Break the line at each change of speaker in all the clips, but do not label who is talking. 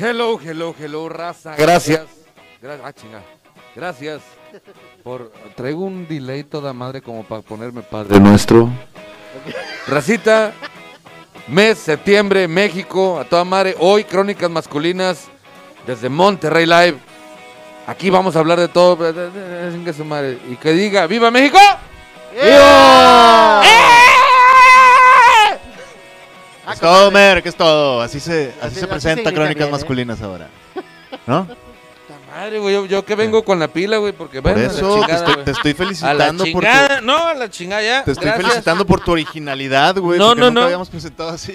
Hello, hello, hello, raza. Gracias. Gracias. Ah, chinga. Gracias. Por, traigo un delay toda madre como para ponerme padre nuestro. Racita, mes, septiembre, México, a toda madre. Hoy, Crónicas Masculinas, desde Monterrey Live. Aquí vamos a hablar de todo. pero, eh, eh, eh, chingue su madre. Y que diga, ¡Viva México!
¡Eh!
¡Viva!
¡Eh!
Es todo, Mer, que es todo. Así se, así
Así-
se
así
presenta
se grita
Crónicas
bien, ¿eh?
Masculinas ahora. ¿No?
Madre, güey, yo, yo que vengo con la pila, güey, porque
Por
bueno, a la
eso te
chingada,
estoy,
güey.
te estoy
A la
felicitando por
chingada,
tu,
no, a la chingada ya.
te estoy
gracias.
felicitando por tu originalidad, güey.
No,
porque
no,
nunca
no.
habíamos presentado así.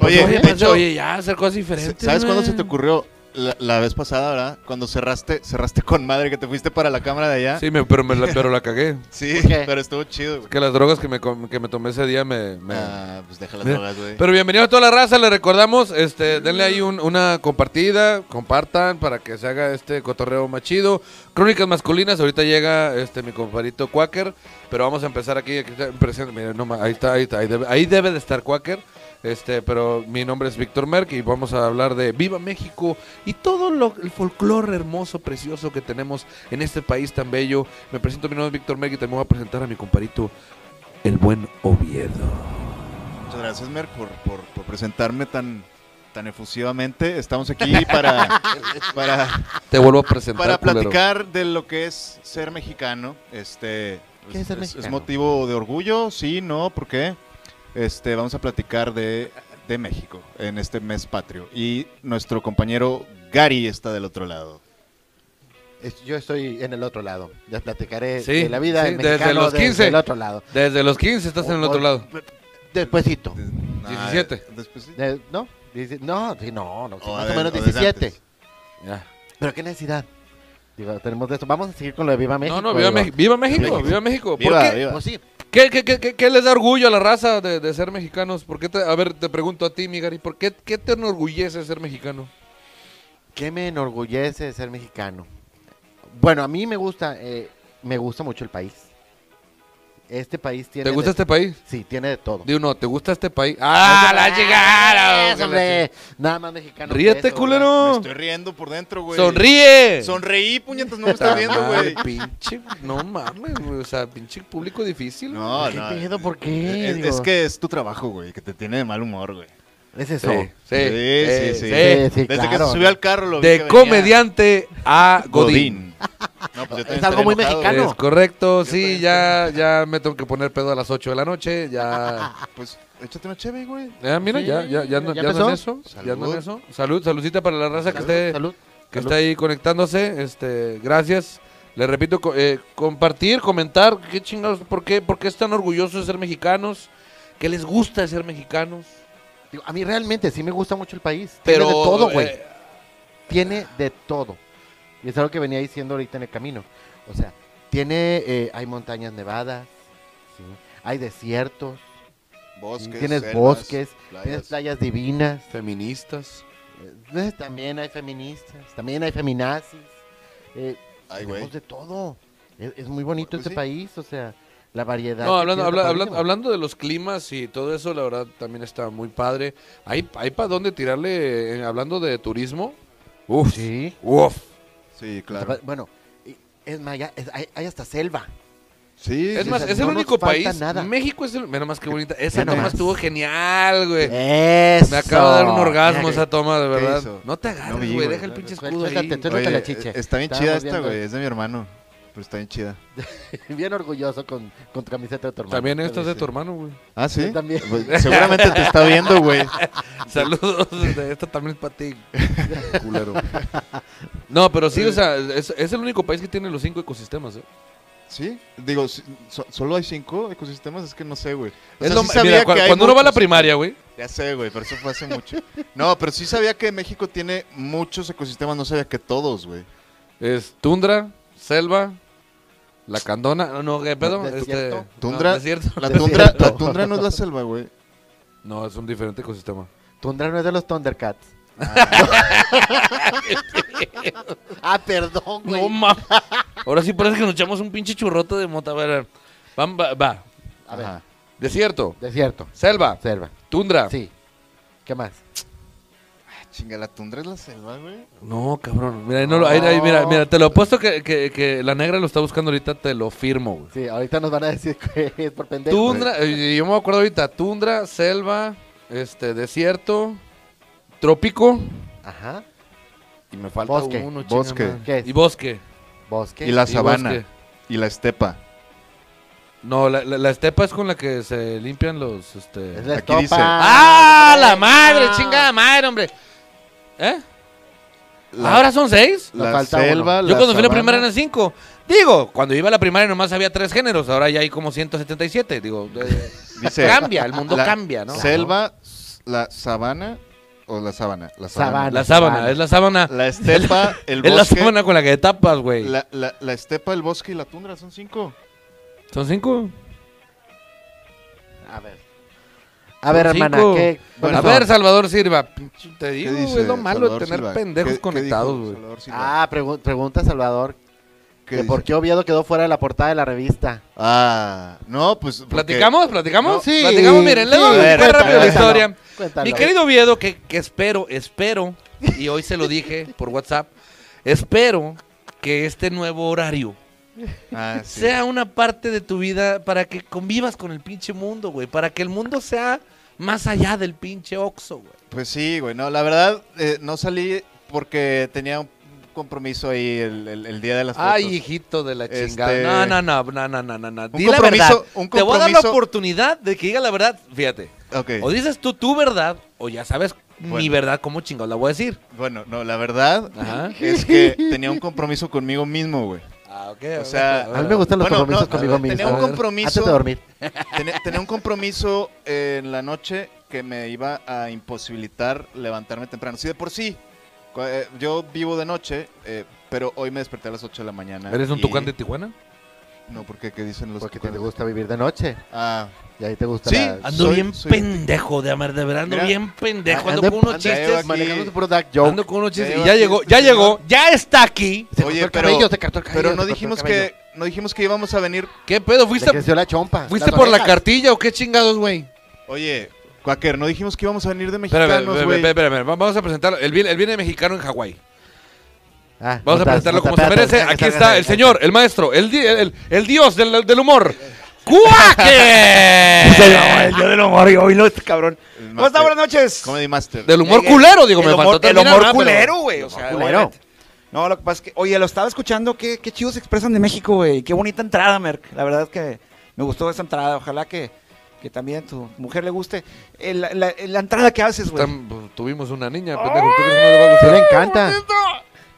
Oye,
Oye, de hecho,
oye, ya hacer cosas diferentes.
¿sabes
güey.
cuándo se te ocurrió? La, la vez pasada, ¿verdad? Cuando cerraste, cerraste con madre que te fuiste para la cámara de allá.
Sí, me- pero, me la, pero la cagué.
Sí,
¿Por qué?
pero estuvo chido, güey.
Que las drogas que me, com- que me tomé ese día me. me-
Ah, pues deja las
Mira,
drogas, güey.
Pero bienvenidos a toda la raza, le recordamos, este, denle ahí un- una compartida, compartan para que se haga este cotorreo más chido. Crónicas masculinas, ahorita llega este mi compadrito Quaker, pero vamos a empezar aquí, aquí está, presente, mira, no ma- ahí está, ahí está, ahí debe, ahí debe de estar Quaker. Este, pero mi nombre es Víctor Merck y vamos a hablar de Viva México y todo lo, el folclore hermoso, precioso que tenemos en este país tan bello. Me presento, mi nombre es Víctor Merck y también voy a presentar a mi compadrito, el buen Oviedo.
Muchas gracias, Mer, por, por, por presentarme tan, tan efusivamente. Estamos aquí para, para,
Te vuelvo a presentar.
para
culero.
platicar de lo que es ser mexicano. Este,
¿Qué es ser mexicano?
motivo de orgullo? Sí, no, ¿por qué? Este, vamos a platicar de, de México en este mes patrio. Y nuestro compañero Gary está del otro lado.
Es- Yo estoy en el otro lado. Ya platicaré
Sí,
de la vida
sí,
del
desde
mexicano
los 15.
el otro lado.
Desde los 15 estás en el otro
O-
lado.
Despuésito.
Nah,
17.
Ah, después sí.
De- ¿No? Dice- no, sí, no, no, sí,
O
más
de-
o menos
o desde
17.
antes.
Ya.
Pero qué necesidad. Digo, tenemos de esto. Vamos a seguir con lo de Viva México.
No, no, viva,
digo.
Mex- viva México,
México.
viva México. ¿Por
Viva,
qué?
viva.
Pues sí,
¿Qué, qué, qué, qué- qué les da orgullo a la raza de, de ser mexicanos? ¿Por qué te- a ver, te pregunto a ti, mi Gary, ¿por qué, qué te enorgullece de ser mexicano?
¿Qué me enorgullece de ser mexicano? Bueno, a mí me gusta, eh, me gusta mucho el país. Este país tiene.
¿Te gusta
de-
este país?
Sí, tiene de todo.
Digo, no, ¿te gusta este país? ¡Ah, la llegada!
Eso, hombre. Nada más mexicano. que
¡Ríete,
eso,
Me
culero!
estoy riendo por dentro, güey.
¡Sonríe!
Sonreí, puñetas, no me estás viendo,
Madre,
güey.
pinche, no mames, güey, o sea, pinche público difícil.
No,
¿Qué
no.
pedo? ¿Por qué?
Es,
Digo.
Eh, es que es tu trabajo, güey, que te tiene de mal humor, güey.
¿verdad? Es eso.
Sí, sí,
Sí,
sí,
sí, sí.
sí.
Sí,
Desde que
claro.
se subió al carro lo vi que
De
venía.
comediante a Godín.
Godín. No, pues yo también
Es
estaría
algo muy
enojado,
mexicano.
Es correcto,
Yo
sí,
también
ya, ya me tengo que poner pedo a las 8 de la noche, ya...
güey. Pues échate una cheve, güey.
Ah, mira,
Sí,
ya, ya, ya, ando-
¿ya
ya ando en
empezó?
eso, ya ando en
Salud.
eso. Salud, saludcita para la raza que,
Salud,
esté,
salud.
que
salud.
está ahí conectándose, este, gracias. Les repito, co- eh, compartir, comentar, qué chingados, por qué, por qué están orgullosos de ser mexicanos, qué les gusta de ser mexicanos,
Digo, a mí realmente sí me gusta mucho el país.
pero...
tiene de todo, güey.
eh,
tiene de todo. Y es algo que venía diciendo ahorita en el camino. O sea, tiene, eh, hay montañas nevadas, ¿sí? hay desiertos, ¿sí?
Bosques.
tienes
selvas,
bosques,
playas.
tienes playas divinas,
feministas.
eh, también hay feministas, también hay feminazis. Eh,
Ay, güey.
tenemos de todo. Es, es muy bonito
Pues
este
sí.
país, o sea, la variedad.
No,
que
hablando,
tiene
habla-
el
habla-
país.
hablando de los climas y todo eso, la verdad también está muy padre. Hay, hay para dónde tirarle, eh, hablando de turismo. Uf,
Sí.
uf.
Sí,
O sea,
claro.
Bueno, y- es más, ya- es- hay, hay hasta selva.
Sí,
Es
sí,
más,
sí.
es el
no nos
único
falta
país.
nada.
México es el. Mira más qué bonita. Esa
Mira
toma
nomás.
estuvo genial, güey.
Eso.
Me acaba de dar un orgasmo
Mira
esa toma, de verdad.
hizo?
No te agarres,
No vi,
güey.
güey.
Deja el pinche escudo ahí.
Suéltate, suéltate.
Oye,
la chiche.
eh, Está bien
Estábamos
chida esta,
viendo-
güey. Es de mi hermano. Pero está bien chida.
que- Bien orgulloso con, con tu camiseta de tu hermano.
También esta es de
Sí.
tu hermano, güey.
Ah, sí.
Yo también.
Pues, seguramente te está viendo, güey.
Saludos, de- esta también es para ti, culero. No, pero sí, o sea, es, es el único país que tiene los cinco ecosistemas, ¿eh?
Sí, digo, si- so- solo hay cinco ecosistemas, es que no sé, güey. O
Es
sea,
lo
sí
ma-
sabía
mira,
que
cua-
hay
cuando uno va a la
muchos.
primaria, güey,
Ya sé, güey, pero eso fue hace mucho. No, pero sí sabía que México tiene muchos ecosistemas, no sabía que todos, güey.
es tundra, selva, la candona. No, no, ¿qué pedo?
No, desierto.
Este,
Tundra,
No, desierto.
La
Es
tundra,
cierto.
la tundra no es la selva, güey.
No, es un diferente ecosistema.
Tundra no es de los Thundercats. Ah, perdón, güey.
No mames. Ahora sí parece que nos echamos un pinche churrote de mota. A ver, a ver. Vam- va, va.
A ver,
Ajá.
Desierto,
desierto,
selva,
selva.
tundra.
Sí. ¿Qué más?
Chinga, la tundra es la selva, güey.
No, cabrón. Mira, ahí no lo- ahí- ahí, mira, mira, te lo apuesto que, que, que la negra lo está buscando ahorita, te lo firmo, güey.
Sí, ahorita nos van a decir que es por pendejo.
Tundra, eh, yo me acuerdo ahorita, tundra, selva, este, desierto, trópico
Ajá.
y me falta
Bosque,
uno, chinga
bosque.
madre.
¿Qué es?
Y bosque.
Bosque.
Y la
y
sabana.
bosque.
Y la estepa.
No, la, la- la estepa es con la que se limpian los, este...
Es la
Aquí dice-
estopa.
¡Ah, la madre!
Ah.
¡Chingada madre, hombre! ¿Eh?
La,
¿Ahora son seis?
Nos
la
falta uno.
selva,
Yo cuando fui a la primaria
sabana.
eran cinco. Digo, cuando iba a la primaria nomás había tres géneros, ahora ya hay como 177. Digo, eh,
Dice-
cambia, el mundo
la
cambia, ¿no?
Selva, s- la sabana o la sabana. La sabana.
Sabana.
La sábana,
Sabana.
es la sábana.
La estepa, Ah, el
es la
bosque.
sábana con la que te tapas, güey.
La, la- la estepa, el bosque y la tundra son cinco.
¿Son cinco?
A ver. A ver,
Son
hermana,
cinco.
¿qué?
Bueno,
a
son.
ver, Salvador Silva. pinche, Te
¿Qué
digo, güey,
dice
es lo malo
Salvador
de tener
Silva?
pendejos
¿Qué- qué
conectados,
dijo
güey.
Salvador Silva?
Ah, pregu- pregunta Salvador.
¿Qué
que
dice?
¿Por qué Oviedo quedó fuera de la portada de la revista?
Ah, no, pues. porque-
¿Platicamos? ¿Platicamos?
No,
sí.
sí,
Platicamos, miren, le
sí,
doy un
a ver,
rápido la
cuéntalo,
historia.
Cuéntalo.
Mi querido Oviedo, que, que espero, espero, y hoy se lo dije por WhatsApp, espero que este nuevo horario
Ah, sí.
sea una parte de tu vida para que convivas con el pinche mundo, güey. Para que el mundo sea más allá del pinche Oxxo, güey.
Pues sí, güey. No, la verdad, eh, no salí porque tenía un compromiso ahí el, el- el día de las fotos.
Ay, hijito de la
Este-
chingada. No, no, no, no, no, no, no, no.
Un
Di la
compromiso-
verdad.
un
Te voy a dar la
compromiso-
oportunidad de que diga la verdad. Fíjate,
Ok.
o dices tú tu verdad, o ya sabes mi
Bueno.
verdad, cómo chingados la voy a decir.
Bueno, no, la verdad
Ajá.
es que tenía un compromiso conmigo mismo, güey.
Ah, ok.
O sea,
A mí me gustan los
Bueno,
compromisos
no,
conmigo mismo. ¿eh?
tenía un compromiso-
Antes de dormir.
Tenía, tenía un compromiso eh, en la noche que me iba a imposibilitar levantarme temprano. Sí, de por sí. cu- eh, Yo vivo de noche, eh, pero hoy me desperté a las 8 de la mañana.
¿Eres un
y-
tucán de Tijuana?
No, ¿por qué? ¿Qué dicen Pues los
Porque te
tucanes?
gusta vivir de noche.
Ah,
Y ahí te gusta
Sí,
la-
Ando
Soy-
bien
soy-
pendejo, de amar, de verdad, ando
Mira,
bien pendejo. Ando
Anda-
con unos
anda
chistes.
Manejando
aquí.
tu puro dark joke.
Ando con unos chistes.
Veo
Y ya
aquí
llegó,
este
ya
señor.
llegó, ya está aquí.
Se
Oye,
cortó el
pero-
cabello, se cortó el cabello,
pero
se
no
cortó el
dijimos
cabello.
que no dijimos que íbamos a venir.
¿Qué pedo?
Le
¿Fuiste,
creció la chompa.
fuiste
las
por la
orejas.
cartilla o qué chingados, güey?
Oye, Quaker, no dijimos que íbamos a venir de
Espérame,
mexicanos,
espérame,
güey.
espérame, vamos a presentarlo. Él viene, él viene mexicano en Hawái.
Ah,
Vamos a
notas,
presentarlo
notas,
como se
espérate,
merece.
espérate,
Aquí
espérate,
está el
espérate.
señor, el maestro, el, di- el, el dios del, del humor. ¡Cuaque!
El día del humor y hoy no este cabrón.
El
¿Cómo está?
máster-
Buenas noches.
Comedy Master.
Del humor
Llegué.
culero, digo,
el
me
humor,
faltó
el
terminar,
humor
ah, pero-
culero, güey. O sea,
culero.
obviamente. No, lo que pasa es que, oye, lo estaba escuchando, qué, qué chido se expresan de México, güey. Qué bonita entrada, Merck. La verdad es que me gustó esa entrada. Ojalá que, que también tu mujer le guste. Eh, la, la- la entrada que haces, güey.
Tam- Tuvimos una niña, pendejo. ¿tú
¡Eh!
crees que no le va a gustar?
Sí le encanta.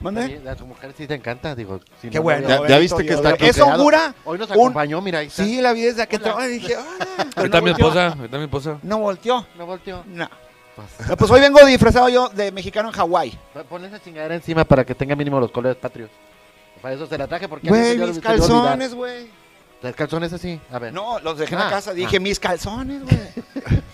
¿Mande?
Sí, A tu mujer sí te encanta, digo. si
Qué
no, no
bueno.
había-
Ya- ya viste que está
Eso
bloqueado.
augura
Hoy nos
un-
acompañó, mira, ahí está.
Sí, la vida es de aquí.
Hola.
Ay, dije, hola.
Ahí
Pero
está
no
mi
volteó.
esposa, ahí está mi esposa.
No volteó.
No volteó.
No.
Pues,
No, Pues hoy vengo disfrazado yo de mexicano en Hawái.
Ponle esa chingadera encima para que tenga mínimo los colores patrios. Para eso se la traje porque... a mí se
Güey,
me
mis
olvidó- se me olvidó olvidar.
calzones, güey.
¿Los calzones así? A ver.
No, los dejé en la
Ah,
casa. Dije,
ah.
mis calzones, güey.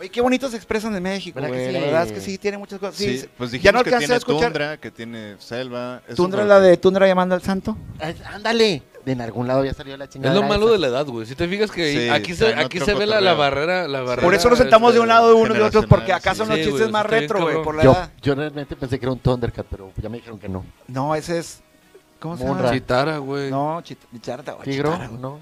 Oye, qué bonitos se expresan de México,
¿Verdad que
güey.
sí?
La verdad es que sí, tiene muchas cosas. Sí,
Sí,
se-
pues
ya
dijimos
no
que
alcancé a
tiene
escuchar.
tundra, que tiene selva. eso
Tundra,
fue
la
lo que-
de Tundra llamando al santo.
Ay, Ándale. De en algún lado había salido la
Es
chingada.
lo malo de la edad, güey. Si te fijas que
Sí,
aquí
está
se,
en
aquí
otro
se ve la, la
cotorreo.
barrera, la barrera. este,
Por eso nos sentamos de un lado de uno y de otro,
generacional,
porque acá son
sí.
los
Sí,
chistes
güey,
más
está bien
retro, güey,
cabrón.
por la
Yo,
edad.
yo realmente pensé que era un Thundercat, pero ya me dijeron que no.
No, ese es... ¿Cómo se
Munra.
llama?
Chitara, güey.
No, chit- Chitara. güey,
¿Tigro?
Chitara, güey.
No.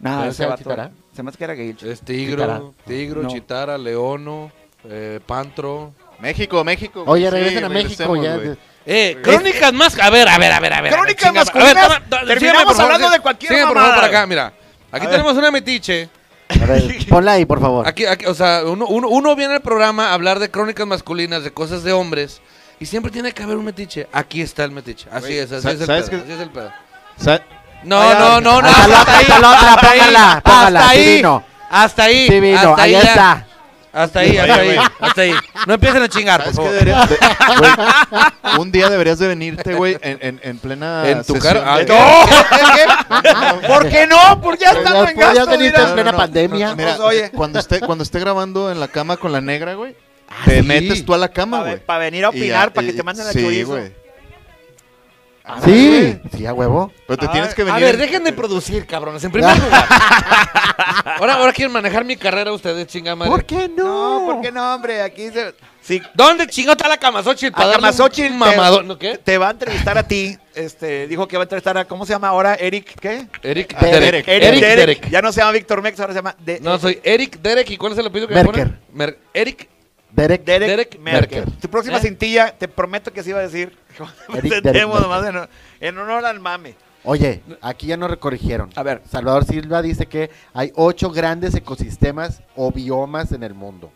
No,
¿Pero
ese
sea
vato.
Chitara?
Se me hace que era gay.
Es tigro,
Chitara.
tigro,
No.
chitara, leono, eh, pantro.
México, México.
Oye,
Sí,
regresen a
regresemos,
México ya.
güey.
de-
Eh, crónicas más. A ver, a ver, a ver, a ver.
Crónicas
chingada.
masculinas,
A toma- to-
terminamos
sígueme, por favor,
hablando
sí-
de cualquier
sígueme, por favor,
mamada.
para acá, mira. Aquí
A ver.
tenemos una metiche.
A ver, ponla ahí, por favor.
Aquí, aquí, o sea, uno, uno, uno viene al programa a hablar de crónicas masculinas, de cosas de hombres. Y siempre tiene que haber un metiche. Aquí está el metiche. Así
Güey,
es, así
sa-
es el pedo.
¿sabes qué?
Así es el pedo.
Sa-
No,
Ay,
no,
ay,
no, no.
Hasta la-
Hasta ahí.
hasta la otra,
hasta ahí,
póngala, póngala,
Hasta ahí.
divino.
Hasta ahí.
Divino,
hasta
ahí
ahí ya.
está.
Hasta ahí,
Oye,
hasta ahí.
güey.
Hasta ahí. No empiecen a chingar, por
¿Sabes qué
favor.
deberías de- güey, un día deberías de venirte, güey, en, en, en plena
En tu
sesión
cara-
de-
¡Ah,
¿Por qué no? Por ya estando
Podrías
en gasto.
podrías venirte
mira.
en
No,
plena
no, no.
pandemia.
Mira,
Pues, oye.
cuando esté cuando esté grabando en la cama con la negra, güey, te
sí.
metes tú a la cama,
Para
güey.
venir Ah, a
Y
opinar,
ya-
para
y-
que te manden la
Sí,
chorizo.
güey.
Sí, sí, a huevo.
Pero te
A
tienes
ver,
que
A
venir.
ver, dejen de producir, cabrones. En primer lugar. Ahora, ahora quieren manejar mi carrera ustedes, chinga madre.
¿Por qué no?
No, ¿por qué no, hombre? Aquí se... Sí,
¿Dónde chingó está la Camazochil?
Ah,
para darle un
Camazochil,
mamadón? ¿No qué?
te va a entrevistar a ti. Este, dijo que va a entrevistar a, ¿cómo se llama ahora? Eric, ¿qué?
Eric
Derek.
Ah, Derek. Eric Derek.
Ya no se llama Víctor Mex, ahora se llama De-
No, soy Eric Derek. ¿Y cuál es el apellido que me
Merker.
ponen? Mer- Eric
Derek,
Derek,
Derek
Merker.
Merker.
Tu próxima
¿Eh?
cintilla, te prometo que sí iba a decir.
Eric Derek
Tenemos
Merker.
nomás en, en honor al mame.
Oye, aquí ya nos recorrigieron.
A ver.
Salvador Silva dice que hay ocho grandes ecosistemas o biomas en el mundo.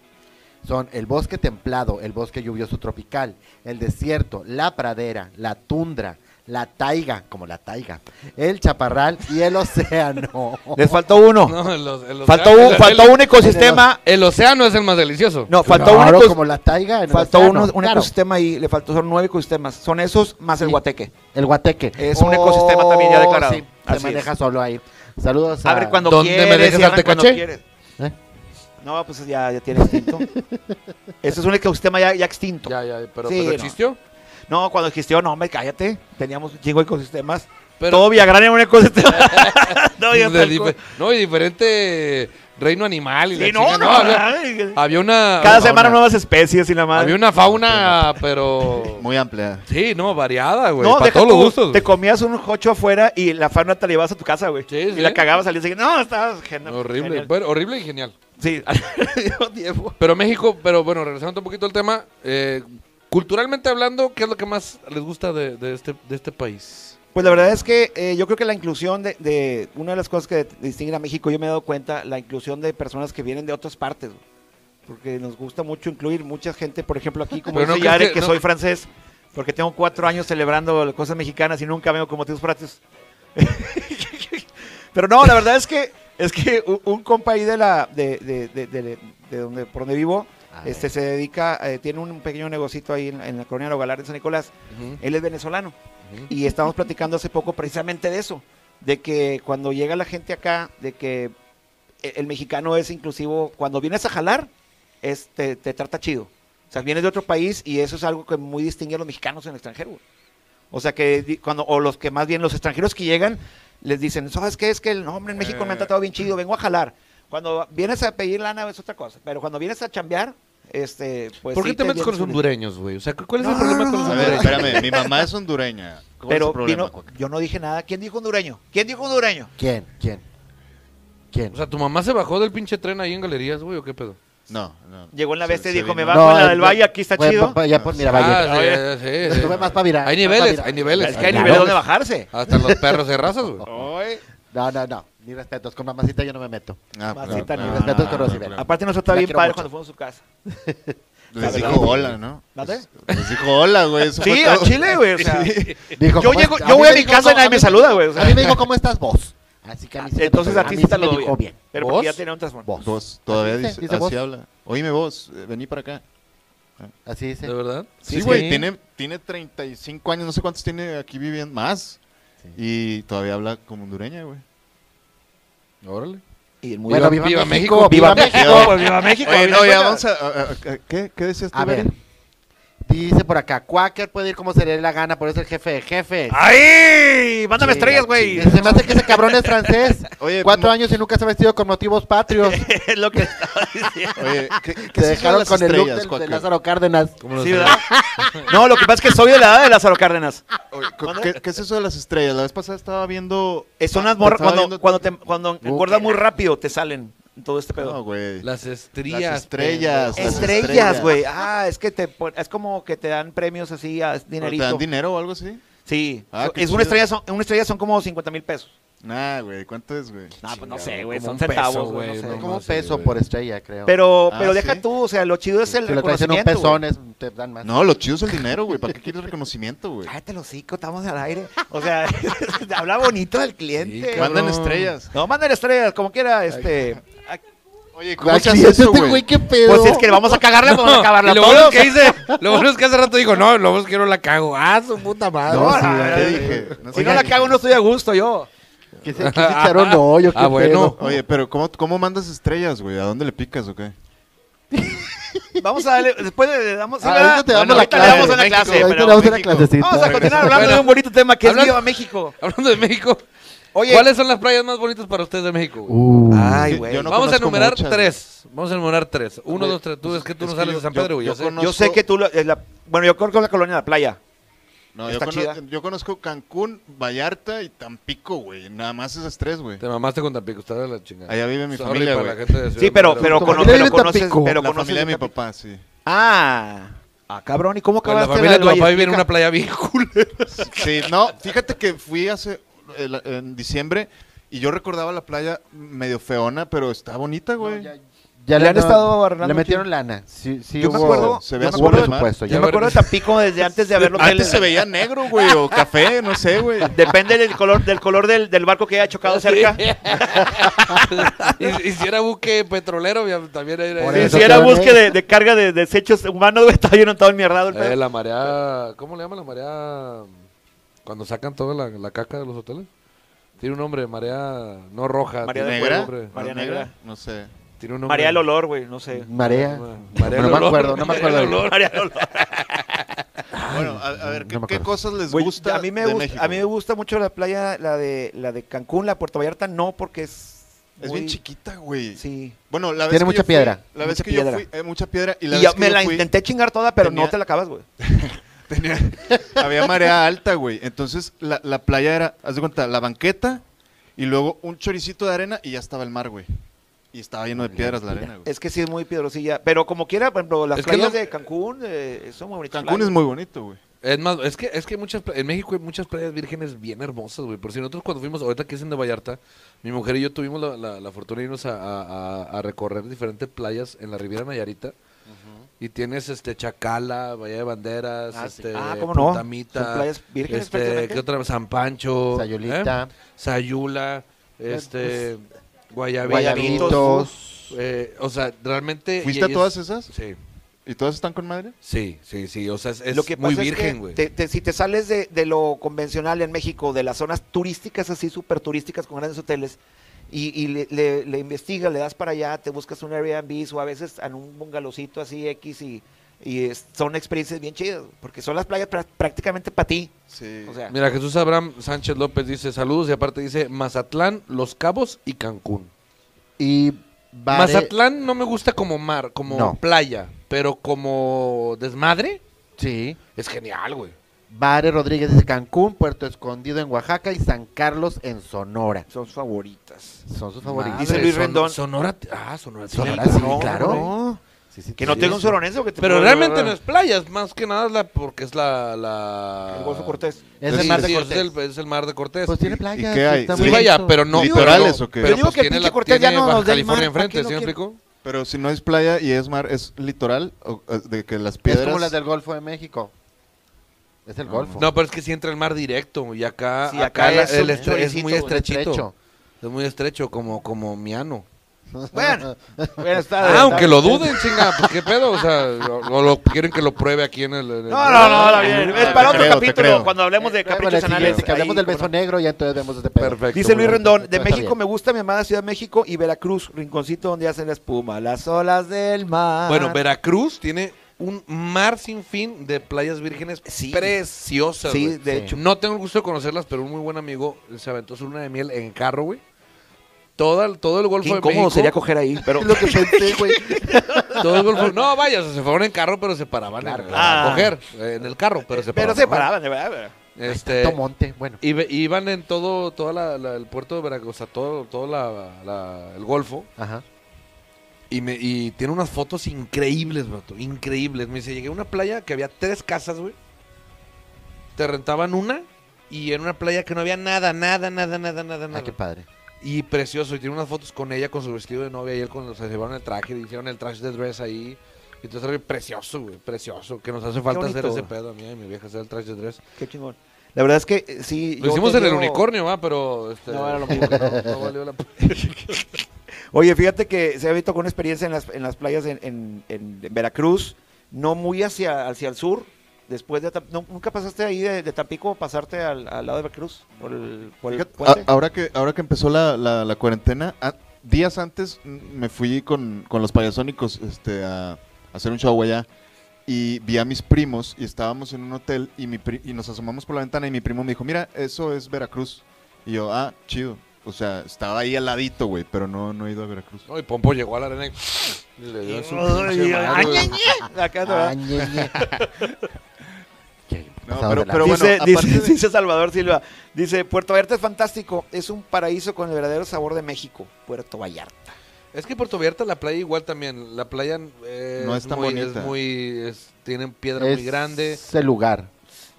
Son el bosque templado, el bosque lluvioso tropical, el desierto, la pradera, la tundra, la taiga, como la taiga, el chaparral y el océano.
Les faltó uno.
No, pues, el, o- el
faltó
océano-
un,
el-
faltó
el-
un ecosistema.
El océano es el más delicioso.
No, faltó
Claro,
un ecos-
como la taiga. en el
Faltó
océano,
uno, un
claro.
ecosistema y le faltó, son nueve ecosistemas. Son esos más el
Sí.
guateque.
El guateque. Oh,
Es un ecosistema también ya declarado.
Sí,
Así
se maneja solo ahí. Saludos a...
Abre cuando
¿Dónde me
quieres.
dejas
y
darte
arranca cuando
caché?
quieres.
¿Eh?
No, pues ya, ya tiene extinto. Ese es un ecosistema ya, ya extinto.
Ya, ya, pero,
Sí,
pero
no.
existió.
No, cuando existió, no, hombre, cállate. Teníamos un chingo de ecosistemas.
Pero-
Todo Villagrán era un ecosistema. no,
De
ya está el
dife-
co-
no, y diferente reino animal. Y la
Sí, no,
chinga,
no,
había,
ay,
había una.
Cada
una-
semana nuevas especies y la madre.
Había una fauna, pero.
Muy amplia.
Sí, no, variada, güey.
no,
para
deja
todos los
tú,
gustos.
Te comías un jocho afuera y la fauna te la llevabas a tu casa, güey.
Sí,
y
sí.
la cagabas al día siguiente. No, estabas gen-
horrible,
genial.
bueno, horrible y genial.
Sí, al mismo tiempo.
Pero México, pero bueno, regresando un poquito al tema, eh, culturalmente hablando, ¿qué es lo que más les gusta de, de este, de este país?
Pues la verdad es que eh, yo creo que la inclusión de, de- una de las cosas que distinguen a México, yo me he dado cuenta, la inclusión de personas que vienen de otras partes, güey. porque nos gusta mucho incluir mucha gente, por ejemplo aquí como
Pero
yo
no
soy
crees
Yare,
que-
que
no-
soy francés, porque tengo cuatro años celebrando las cosas mexicanas y nunca vengo con motivos prácticos. Pero no, la verdad es que es que un, un compa ahí de la de, de- de- de- de donde por donde vivo,
Ah,
este se dedica, eh, tiene un pequeño negocito ahí en, en la colonia Logalar de San Nicolás. Él es venezolano. Y estábamos platicando hace poco precisamente de eso, de que cuando llega la gente acá, de que e- el mexicano es inclusivo, cuando vienes a jalar, es, te, te trata chido. O sea, vienes de otro país y eso es algo que muy distingue a los mexicanos en el extranjero. güey. O sea, que di- cuando, o los que más bien, los extranjeros que llegan, les dicen, ¿sabes qué? Es que el no, hombre en México
Eh.
me han tratado bien chido, vengo a jalar. Cuando vienes a pedir lana es otra cosa, pero cuando vienes a chambear, este, pues...
¿Por qué
sí
te metes con los
vienes un-
hondureños, güey? O sea, ¿cu- ¿cuál es
No,
el problema
no,
con los
A ver,
hondureños?
espérame, mi mamá es hondureña. ¿Cuál es
Pero
el problema,
vino-
Cuaca?
yo no dije nada. ¿Quién dijo hondureño? ¿Quién dijo hondureño?
¿Quién? ¿Quién? ¿Quién?
O sea, ¿tu mamá se bajó del pinche tren ahí en galerías, güey, o qué pedo?
No, no.
Llegó en la
Se-
bestia y
se
dijo, me
vino-
bajo en la
el-
del valle, aquí está
eh, fue
chido.
pa- pa- Ya por Miravalle.
Ah,
Oye.
sí, sí, sí.
Estuve más pa' virar,
Hay
más pa'
niveles,
virar.
hay niveles.
Es que hay
Claro.
nivel donde bajarse.
Hasta los perros de razas, güey.
Ay.
No, no, no. Ni respetos. Con mamacita yo no me meto.
Ah,
Masita,
claro,
ni
claro,
respetos con
claro,
Rosibel.
claro.
Aparte nosotros está
La
bien
quiero
padre
mucho.
cuando fuimos a su casa.
Les
La
dijo
verdad.
hola, ¿no?
¿Dónde?
Les dijo hola, güey. eso
Sí,
fue
a
todo.
Chile, güey. O sea,
Dijo,
yo
"¿Cómo
llego-
estás?"
yo
mí
voy a
me
mi
dijo,
casa y
"No,
nadie
a
me
mí-
saluda, güey. O sea,
A mí me dijo, ¿cómo estás vos? Así que a mí sí me
entonces
tocó- mí
a ti sí
sí
te
me
lo
dijo
bien.
bien.
Pero porque ya
¿Vos?
tenía un trasfondo.
Vos.
Vos, todavía
Así
dice, así
vos.
habla. Oíme vos, eh, vení para acá.
Así dice.
¿De verdad?
Sí, güey, tiene, tiene 35 años, no sé cuántos tiene aquí viviendo, más.
Sí.
Y todavía habla como hondureña, güey.
Órale.
Y el muy
Bueno,
bien.
viva,
Viva México,
México,
viva
viva México.
México, pues, viva México.
Oye,
viva
no, ya
México.
vamos a... a- a- a- ¿qué, ¿Qué decías tú,
A ver.
Bernie?
Dice por acá, Quaker puede ir como se le dé la gana, por eso es el jefe de jefes.
¡Ay! Mándame
Sí,
Ah, estrellas, güey.
Se me hace que ese cabrón es francés.
Eh,
Oye,
Cuatro
mo-
años y nunca se ha vestido con motivos patrios.
Es lo que estaba diciendo.
Oye, ¿qué, qué
Se
se
dejaron
las
con el look
estrellas,
del- de,
Cuaca?
Lázaro Cárdenas.
¿Cómo lo
Sí,
sabes?
¿verdad? No, lo que pasa es que soy de la edad de Lázaro Cárdenas.
Oye, cu- ¿qué, qué es eso de las estrellas? La vez pasada estaba viendo...
Eh, Son las morras
estaba
cuando,
viendo-
cuando, te, cuando
Uh,
engordas
qué
muy rápido te salen todo este
No,
pedo.
güey.
Las estrías.
Las
pendejo.
estrellas. las
Pues Este, Estrellas, güey. Ah, es que te pon- es como que te dan premios así, a
¿Pero ¿Te
dinerito.
dan dinero o algo así?
sí.
Ah, qué
es una
chido.
estrella, son, una estrella son como 50 mil pesos.
Nah, güey, ¿cuánto es, güey?
No, pues no sé,
como
güey, son
un peso,
centavos,
güey,
güey. no sé.
no.
como un
sí,
peso
güey.
por estrella, creo.
Pero,
Ah,
pero deja
¿sí?
tú, o sea, lo chido es el
si lo traes en un
reconocimiento.
pezón,
güey.
es- te dan más.
No, lo chido es el dinero, güey. ¿Para qué quieres reconocimiento, güey?
Cállate los hocico, estamos al aire. O sea, habla bonito del cliente.
Sí,
Mandan
cabrón.
estrellas.
no, manden estrellas, como quiera, este. ay,
Oye, ¿cómo
Ay,
se
¿qué
hace
es
eso,
este
güey?
qué pedo.
Pues si es que vamos a cagarla, vamos a
No,
acabarla
y lo bueno
todos.
es que hice, lo bueno es que hace rato dijo, no, lo bueno es que no la cago. Ah, su puta madre.
No,
Ahora,
sí,
ahora,
te
ahora,
dije,
ahora.
no
Si
sé
no la
qué.
cago, no estoy a gusto yo.
Que se, que se echaron hoyo, qué
Ah, bueno.
pedo.
Oye, pero ¿cómo, cómo mandas estrellas, güey? ¿A dónde le picas o qué? Vamos a darle, después le damos, sí,
Ah,
¿verdad?
ahorita te damos
Bueno, ahorita
la
le
clase.
damos una
México.
clase. pero
Ahorita le damos una
México.
clasecita.
Vamos a continuar hablando de un bonito tema que es Viva México.
Hablando de México,
Oye,
¿cuáles son las playas más bonitas para ustedes de México? güey?
Uh,
ay,
Sí,
güey.
yo no-
Vamos a
conozco
enumerar
muchas,
tres. Vamos a enumerar tres. Uno,
Güey,
dos, tres. Tú
pues,
es que tú
es
no
que
sales
yo-
de San
yo-
Pedro, güey.
yo
ya sé.
conozco-
Yo sé que tú. lo- es la- bueno, yo conozco la colonia de la playa.
No, yo,
Está
cono-
chida.
yo conozco Cancún, Vallarta y Tampico, güey. Nada más esas tres, güey.
Te mamaste con Tampico, está de la chingada.
Allá vive mi
Sorry
familia,
para
güey.
la gente de Ciudad
Sí, pero,
Madero.
pero,
Tu
cono-
familia
pero
vive en
conoces.
Tampico.
Pero
la
conoces
familia de mi
Tampico.
papá, sí.
Ah, ah, cabrón. ¿Y cómo
Pues la
acabaste
familia de tu
del
papá
Valle
vive en
Pica?
una playa bien cool.
Sí, no, fíjate que fui hace el- en diciembre y yo recordaba la playa medio feona, pero está bonita, güey.
ya
le han estado
Le
arreglando aquí.
metieron lana. Sí, sí
Yo me
hubo-
acuerdo-
Se ve
hubo
azul el mar.
presupuesto.
Yo
ya.
me acuerdo de Tampico desde antes de haber los
Antes
hoteles.
se veía negro, güey, o café, no sé, güey.
Depende del color, del color del, del barco que haya chocado cerca.
y, y si era buque petrolero, ya también era.
Por
Sí,
era-
eso
si era
cabrón,
búsqueda
¿eh?
de, de carga de desechos humanos, güey, estaba lleno todo el mierdado. el pedo.
Eh, la marea. ¿Cómo le llaman la marea? Cuando sacan toda la, la caca de los hoteles. Tiene un nombre, marea. No roja.
Marea
tiene un
de
¿Negra?
fuego,
nombre.
María
¿No
Negra.
No sé.
Tiene un nombre.
María del olor, güey, no sé.
Marea.
Marea
no
del
me
olor.
acuerdo, no me acuerdo.
Marea del olor.
María del olor.
Bueno, a, a ver, ¿qué,
no me
qué
acuerdo.
cosas les
Güey,
gusta
a mí me
de
gusta,
México?
a mí me gusta mucho la playa la de la de Cancún, la Puerto Vallarta no porque es
Es
muy-
bien chiquita, güey.
Sí.
Bueno, la vez
Tiene
que
mucha
yo fui-
piedra.
la vez
Mucha
que yo
piedra.
fui, eh, mucha piedra. Y
Y,
la
yo
vez que
me
yo
la
fui-
intenté chingar toda, pero
tenía-
no te la acabas, güey.
Tenía- había marea alta, güey. Entonces la, la playa era, haz de cuenta, la banqueta y luego un choricito de arena y ya estaba el mar, güey. Y estaba lleno de piedras la arena, güey.
Es que sí es muy piedrosilla, pero como quiera, por ejemplo, las
Es que
playas
no-
de Cancún eh, son muy bonitas.
Cancún es muy bonito, güey.
Es más, es que, es que muchas, pla- en México hay muchas playas vírgenes bien hermosas, güey. Por si nosotros cuando fuimos, ahorita que es en de Vallarta, mi mujer y yo tuvimos la, la- la fortuna de irnos a, a- a- a recorrer diferentes playas en la Riviera Nayarita. Y tienes este Chacala, Bahía de Banderas,
Ah, sí.
este
Ah, ¿cómo no?
Puntamita,
Son playas vírgenes
este,
prácticamente.
¿qué otra? San Pancho, ¿eh?
Sayulita.
Sayula,
Eh,
este
pues,
Guayabitos,
Guayabitos.
eh, o sea, realmente
¿Fuiste
y-
a
y es-
todas esas?
Sí.
¿Y todas están con madre?
Sí, sí, sí, o sea, es, es
lo que
muy
pasa
virgen,
es
güey.
que te- te- si te sales de, de lo convencional en México, de las zonas turísticas así, súper turísticas con grandes hoteles, y, y le, le- le investigas, le das para allá, te buscas un Airbnb o a veces en un bungalowcito así X y, y es- son experiencias bien chidas, porque son las playas pra- prácticamente para ti.
Sí.
O sea,
Mira, Jesús Abraham Sánchez López dice saludos y aparte dice Mazatlán, Los Cabos y Cancún.
Y bares-
Mazatlán no me gusta como mar, como
No.
playa, pero como desmadre
Sí.
es genial, güey.
Bares Rodríguez dice Cancún, Puerto Escondido en Oaxaca y San Carlos en Sonora.
son favoritas.
Son sus favoritos.
Dice
Madre,
Luis
Son-
Rendón.
Sonora, t- ah, Sonora. tiene
Sonora,
el-
sí,
no,
claro.
güey.
Sí, sí,
Que no
sí,
tenga un
sí.
soronense. Que te
Pero
puede-
realmente no es playa, es más que nada es la, porque es la, la...
El Golfo Cortés.
Es
Sí,
el mar de
sí,
Cortés.
Es el, es el mar de Cortés.
Pues tiene
¿Y- y
playa.
qué hay?
sí, vaya, pero no...
¿Litorales
pero,
o qué?
Pero
Yo digo
pues
que el
tiene
pinche
la,
Cortés ya
tiene
no nos
Baja
dé el mar,
California
¿para qué
enfrente,
lo
¿sí me
quiere?
explico?
Pero si no es playa y es mar, ¿es litoral? ¿O eh, de que las
Es
piedras?
como las del Golfo de México. Es el
No,
Golfo.
No, pero es que si entra el mar directo y acá,
Sí,
acá,
acá
la-
es
el
un
estre- es
choricito,
muy
güey,
estrechito.
estrecho.
Es muy estrecho, como, como miano.
Bueno, bueno, está
Ah,
está-
aunque lo duden, chinga, pues qué pedo, o sea, o, o lo quieren que lo pruebe aquí en el... en el-
No, no, no, la bien. Es
Te
para otro
creo, te
capítulo,
creo.
cuando hablemos de
Eh, bueno,
caprichos
el siguiente,
anales.
que hablemos
ahí,
del
¿cómo
beso
no?
negro y entonces vemos este pedo.
Perfecto.
Dice Luis
Bueno,
Rendón, de
está
México
bien.
me gusta mi amada Ciudad de México y Veracruz, rinconcito donde hacen la espuma, las olas del mar.
Ah. Bueno, Veracruz tiene un mar sin fin de playas vírgenes
Sí.
preciosas,
Sí,
güey.
de
Sí.
hecho.
No tengo el gusto de conocerlas, pero un muy buen amigo se aventó su luna de miel en carro, güey. Toda, todo el Golfo
Qué
de
incómodo
México.
sería coger ahí, pero...
Es lo que pensé, güey.
todo el Golfo- No, vaya, o sea, se fueron en carro, pero se paraban
Claro,
a,
claro.
a coger eh, en el carro, pero se
Pero
paraban.
se paraban, de verdad.
Este,
Monte, bueno.
Y ve- iban en todo, toda la, la- el puerto de Veracruz, o sea, todo, todo la- la- el Golfo.
Ajá.
Y, me, y tiene unas fotos increíbles, vato, increíbles. Me dice, llegué a una playa que había tres casas, güey. Te rentaban una y en una playa que no había nada, nada, nada, nada, nada,
Ah,
nada.
qué padre.
Y precioso, y tiene unas fotos con ella, con su vestido de novia y él con los se llevaron el traje, le hicieron el trash de dress ahí. Y entonces era precioso, güey, precioso. Que nos hace falta hacer
bonito.
ese pedo a mí y mi vieja hacer el trash de dress.
Qué chingón. La verdad es que eh, sí...
Lo
yo
hicimos
te
en el
digo-
unicornio, va, pero este,
No, era lo mismo.
no- no valió la pena.
Oye, fíjate que se ha visto con una experiencia en las, en las playas en, en- en- en Veracruz, no muy hacia, hacia el sur, después de... Tam- no, ¿Nunca pasaste ahí de, de Tampico, pasarte al, al lado de Veracruz? Por el, por el
Fíjate,
puente?
a- Ah, ahora, que, ahora que empezó la, la- la ah, cuarentena, a- días antes mm, me fui con, con los payasónicos este, a, a hacer un show allá. Y vi a mis primos y estábamos en un hotel y, mi pri- y nos asomamos por la ventana y mi primo me dijo, mira, eso es Veracruz. Y yo, ah, chido. O sea, estaba ahí al ladito, güey, pero no, no he ido a Veracruz.
No, y Pompo llegó a la arena y le dio en su pinche
Ay,
madre,
ay,
güey.
ay, ay. Acá te va.
Ah, ñe, ñe. Qué
No,
pasado
pero-
de la-
pero- bueno,
dice, dice-
aparte de-
dice Salvador Silva, dice, Puerto Vallarta es fantástico, es un paraíso con el verdadero sabor de México, Puerto Vallarta.
Es que Puerto Vierta la playa igual también. La playa eh,
No es
es,
tan
muy,
bonita.
es muy, es- tiene piedra muy grande.
Es el lugar.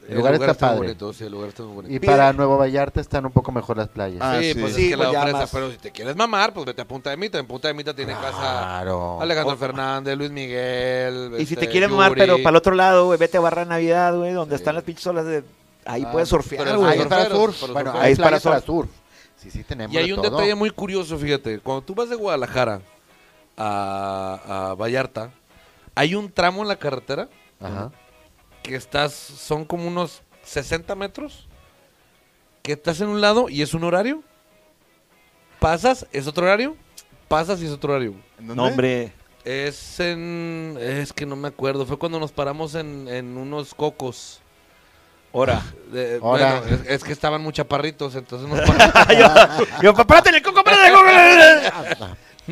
El lugar está padre.
bonito, sí, el lugar está muy bonito.
Y
Pide-
para Nuevo Vallarta están un poco mejor las playas.
Ah,
sí,
sí.
pues
Sí,
es que
pues
la
ya
ofrece.
más.
Pero si te quieres mamar, pues vete a Punta de Mita. En Punta de Mita tiene casa
Claro.
Alejandro Fernández, Luis Miguel.
y si
este,
te quieren mamar,
Yuri.
pero para el otro lado, güey, vete a Barra Navidad, güey, donde están las pinches olas de... Ahí
Ah,
puedes surfear,
pero
Ahí
güey.
es para
surferos,
surf.
para
Bueno,
surferos.
ahí es
Ahí
para
es para
surf. Sí, sí, tenemos
Y hay
de
un
todo.
detalle muy curioso, fíjate. Cuando tú vas de Guadalajara a, a Vallarta, hay un tramo en la carretera
Ajá.
que estás, son como unos 60 metros, que estás en un lado y es un horario. Pasas, es otro horario. Pasas y es otro horario.
¿En dónde?
No, hombre.
Es en. Es que no me acuerdo. Fue cuando nos paramos en, en unos cocos. Ahora. de-
Ahora.
bueno, es, es que estaban muy chaparritos, entonces nos paramos.
Yo, "Párate en el coco, párate en el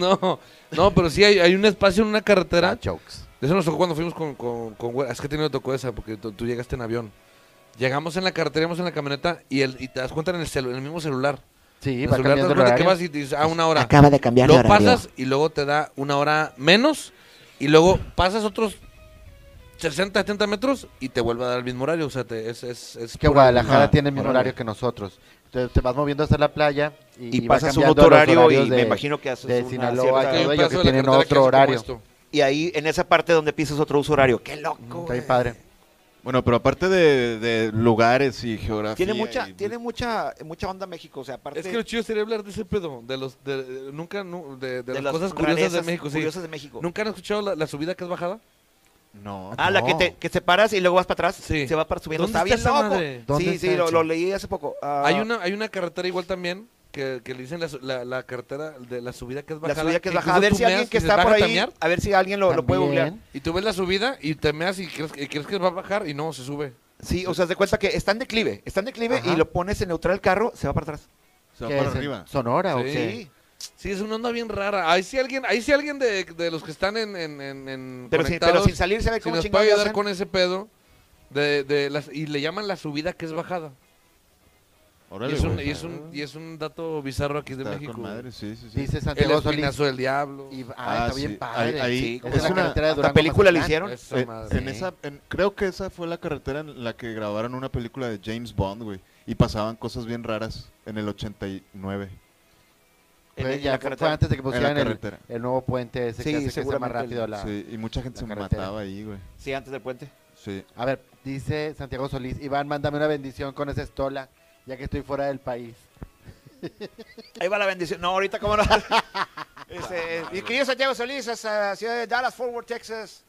coco".
no, no, pero sí hay, hay un espacio en una carretera.
Ah, jokes.
Eso nos tocó cuando fuimos con. con, con güe- es que a ti no te tocó esa, porque tú, tú llegaste en avión. Llegamos en la carretera, íbamos en la camioneta y, el, y te das cuenta en el, celu- en el mismo celular.
Sí,
En
va
el celular te
cambiando
das
el
cuenta que
horario.
vas y dices, ah, una hora.
Acaba de cambiar de
Luego
horario.
pasas y luego te da una hora menos y luego pasas otros 60, 70 metros y te vuelve a dar el mismo horario. O sea, te- es, es, es
Que
pura-
Guadalajara
Ah,
tiene el mismo
órale.
horario que nosotros. Entonces te vas moviendo hasta la playa y,
Y,
va
pasas un
cambiando
otro
los
horario y
horarios de-
me imagino que haces
de
una
Sinaloa
Hay
cierta-
un
todo ello
pedazo de
que
la
tienen
carretera
otro
que es como
horario.
esto.
Y ahí, en esa parte donde pisas otro uso horario. ¡Qué
Mm,
loco!
Está bien
güey!
padre.
Bueno, pero aparte de, de lugares y geografía.
Tiene mucha,
y-
tiene mucha, mucha onda México, o sea, aparte
Es que lo chido sería hablar de ese pedo, de los de, de- nunca nu- de, de las, cosas
rarezas
curiosas de México, sí.
curiosas de México.
¿Nunca han escuchado la, la subida que es bajada?
No.
Ah, la que
No.
te, que te paras y luego vas para atrás,
Sí.
se va para subiendo.
¿Dónde
está bien
está esa
loco.
madre?
¿Dónde
Sí,
está
sí, lo,
eso?
lo leí hace poco. Ah,
Hay una hay una carretera igual también que, que le dicen la, su- la, la carretera de la subida que es
la
bajada.
subida que es
incluso
bajada. A ver
tú
si alguien
meas
que
y dices,
está por
"Baja a
ahí,
mear",
a ver si alguien lo, lo puede googlear.
También.
Y tú ves la subida y te meas y crees, y crees que va a bajar y no, se sube.
Sí, o sea, de cuenta que está en declive, está en declive
Ajá.
y lo pones en neutral el carro, se va para atrás.
Se va
¿Qué
para
es?
arriba.
Sonora, ¿o
Sí.
qué?
Sí.
Sí, es una onda bien rara. Ahí sí alguien, ahí sí alguien de, de los que están en, en, en, en
Pero, sin, pero
conectados,
sin salir se ve
si
como
nos
chingados
puede ayudar
hacen.
con ese pedo de, de las, y le llaman la subida que es bajada. Y
Órale,
es, un,
güey.
y, es un, y es un dato bizarro aquí de
Está
México.
con madre, sí, sí, sí.
Dice
El
Santiago Solís.
espinazo del diablo.
Y- ah,
Ah,
está bien
sí.
padre.
Ahí- ahí-
Sí,
es
es
en la
una-
carretera de
hasta
Durango.
película le
Mazatlán.
hicieron.
Esa
Eh,
madre.
en
Sí.
esa, en- creo que esa fue la carretera en la que grabaron una película de James Bond, güey. Y pasaban cosas bien raras en el 89.
En-
Fue
en
ya-
la
fue
carretera.
antes de que
la
pusieran el,
carretera.
el nuevo puente ese
Sí,
que hace que sea más
seguramente
rápido la...
Sí, y mucha gente
la
se
carretera.
mataba ahí, güey.
Sí, antes del puente.
Sí.
A ver, dice Santiago Solís, Iván, mándame una bendición con esa estola, ya que estoy fuera del país.
Ahí va la bendición. No, ahorita cómo no. Este, mi querido Santiago Solís, hasta la ciudad de Dallas, Fort Worth, Texas.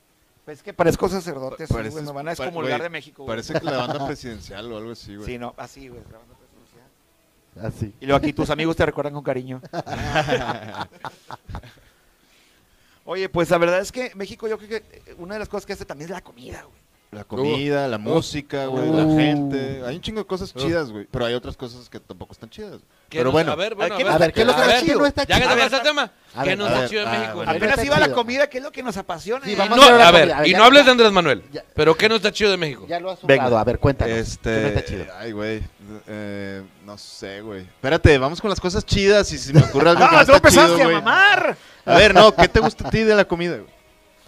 Pues es que parezco sacerdote, sí, güey,
Pareces-
me van a
pa-
excomulgar
güey,
de México. güey.
Parece que la banda presidencial o algo así, güey.
Sí, no, así, güey. grabando presidencial.
Así.
Y luego aquí tus amigos te recuerdan con cariño. Oye, pues la verdad es que México, yo creo que eh, una de las cosas que hace también es la comida, güey.
La comida, la música, güey,
Uh.
la gente. Hay un chingo de cosas chidas, güey. Pero hay otras cosas que tampoco están chidas.
Que
Pero
no-
bueno,
A ver,
¿a
bueno,
qué
a
nos-
A
ver.
ver, ¿qué es lo que
A
no
ver,
está chido? No está
Ya que
chido.
te
A ver,
vas al tema.
a
Que
ver,
nos
a
da
ver,
chido de
ah,
México.
bueno.
Apenas
está
iba la
chido.
comida, ¿qué es lo que nos apasiona?
Sí,
Eh,
vamos
No,
a ver la
a ver,
comida, a ver,
y
ya
no
no-
hables de Andrés Manuel.
Ya.
Pero ¿qué no está chido de México?
Ya lo has
Venga.
jugado, a ver, cuéntanos. ¿qué no
este.
está chido?
Ay, güey. eh, no sé, güey. Espérate, vamos con las cosas chidas y si me ocurre algo. que
¡Ah,
está
no empezaste
chido,
a
güey.
mamar!
A ver, no, ¿qué te gusta a ti de la comida, güey?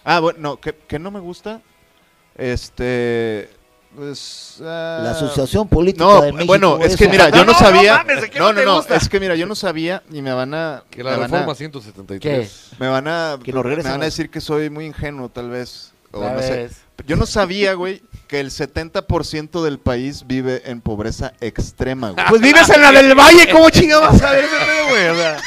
Ah, bueno, no, ¿qué, qué no me gusta? Este. Pues. ah,
La Asociación Política
No,
de México.
bueno, es que
eso.
mira, yo no,
no, no
sabía.
mames, ¿de qué
No,
no
no,
te
no,
gusta?
es que mira, yo no sabía y me van a.
Que
me
la
van a-
reforma
¿Qué?
173.
me van a.
Que nos
me
regresen
van a
a-
decir que soy muy ingenuo, tal vez. O
Ya
no sé.
ves.
Yo no sabía, güey, que el 70% del país vive en pobreza extrema, güey.
Pues vives en la del Valle, ¿cómo chingabas? A ver,
Eh.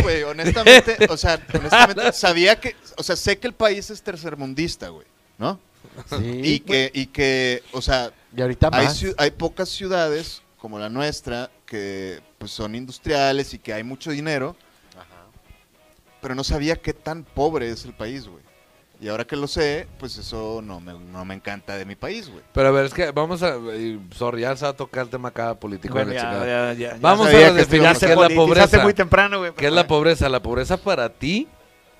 No, güey, honestamente, o sea, honestamente, sabía que, o sea, sé que el país es tercermundista, güey, ¿no?
Sí, Ah,
Y que, y que, o sea,
y ahorita
hay,
más.
ciu- hay pocas ciudades como la nuestra que pues, son industriales y que hay mucho dinero, pero no sabía qué tan pobre es el país, güey. Y ahora que lo sé, pues eso no me, no me encanta de mi país, güey.
Pero a ver, es que vamos a. y, Sorry, ya se va a tocar el tema acá político. de
Bueno,
la
ya,
chingada.
ya, ya, ya.
Vamos
sabía
a
que esto
definir
iba a
qué
Se
es la pobreza.
muy temprano, güey.
¿Qué es la pobreza? La pobreza para ti.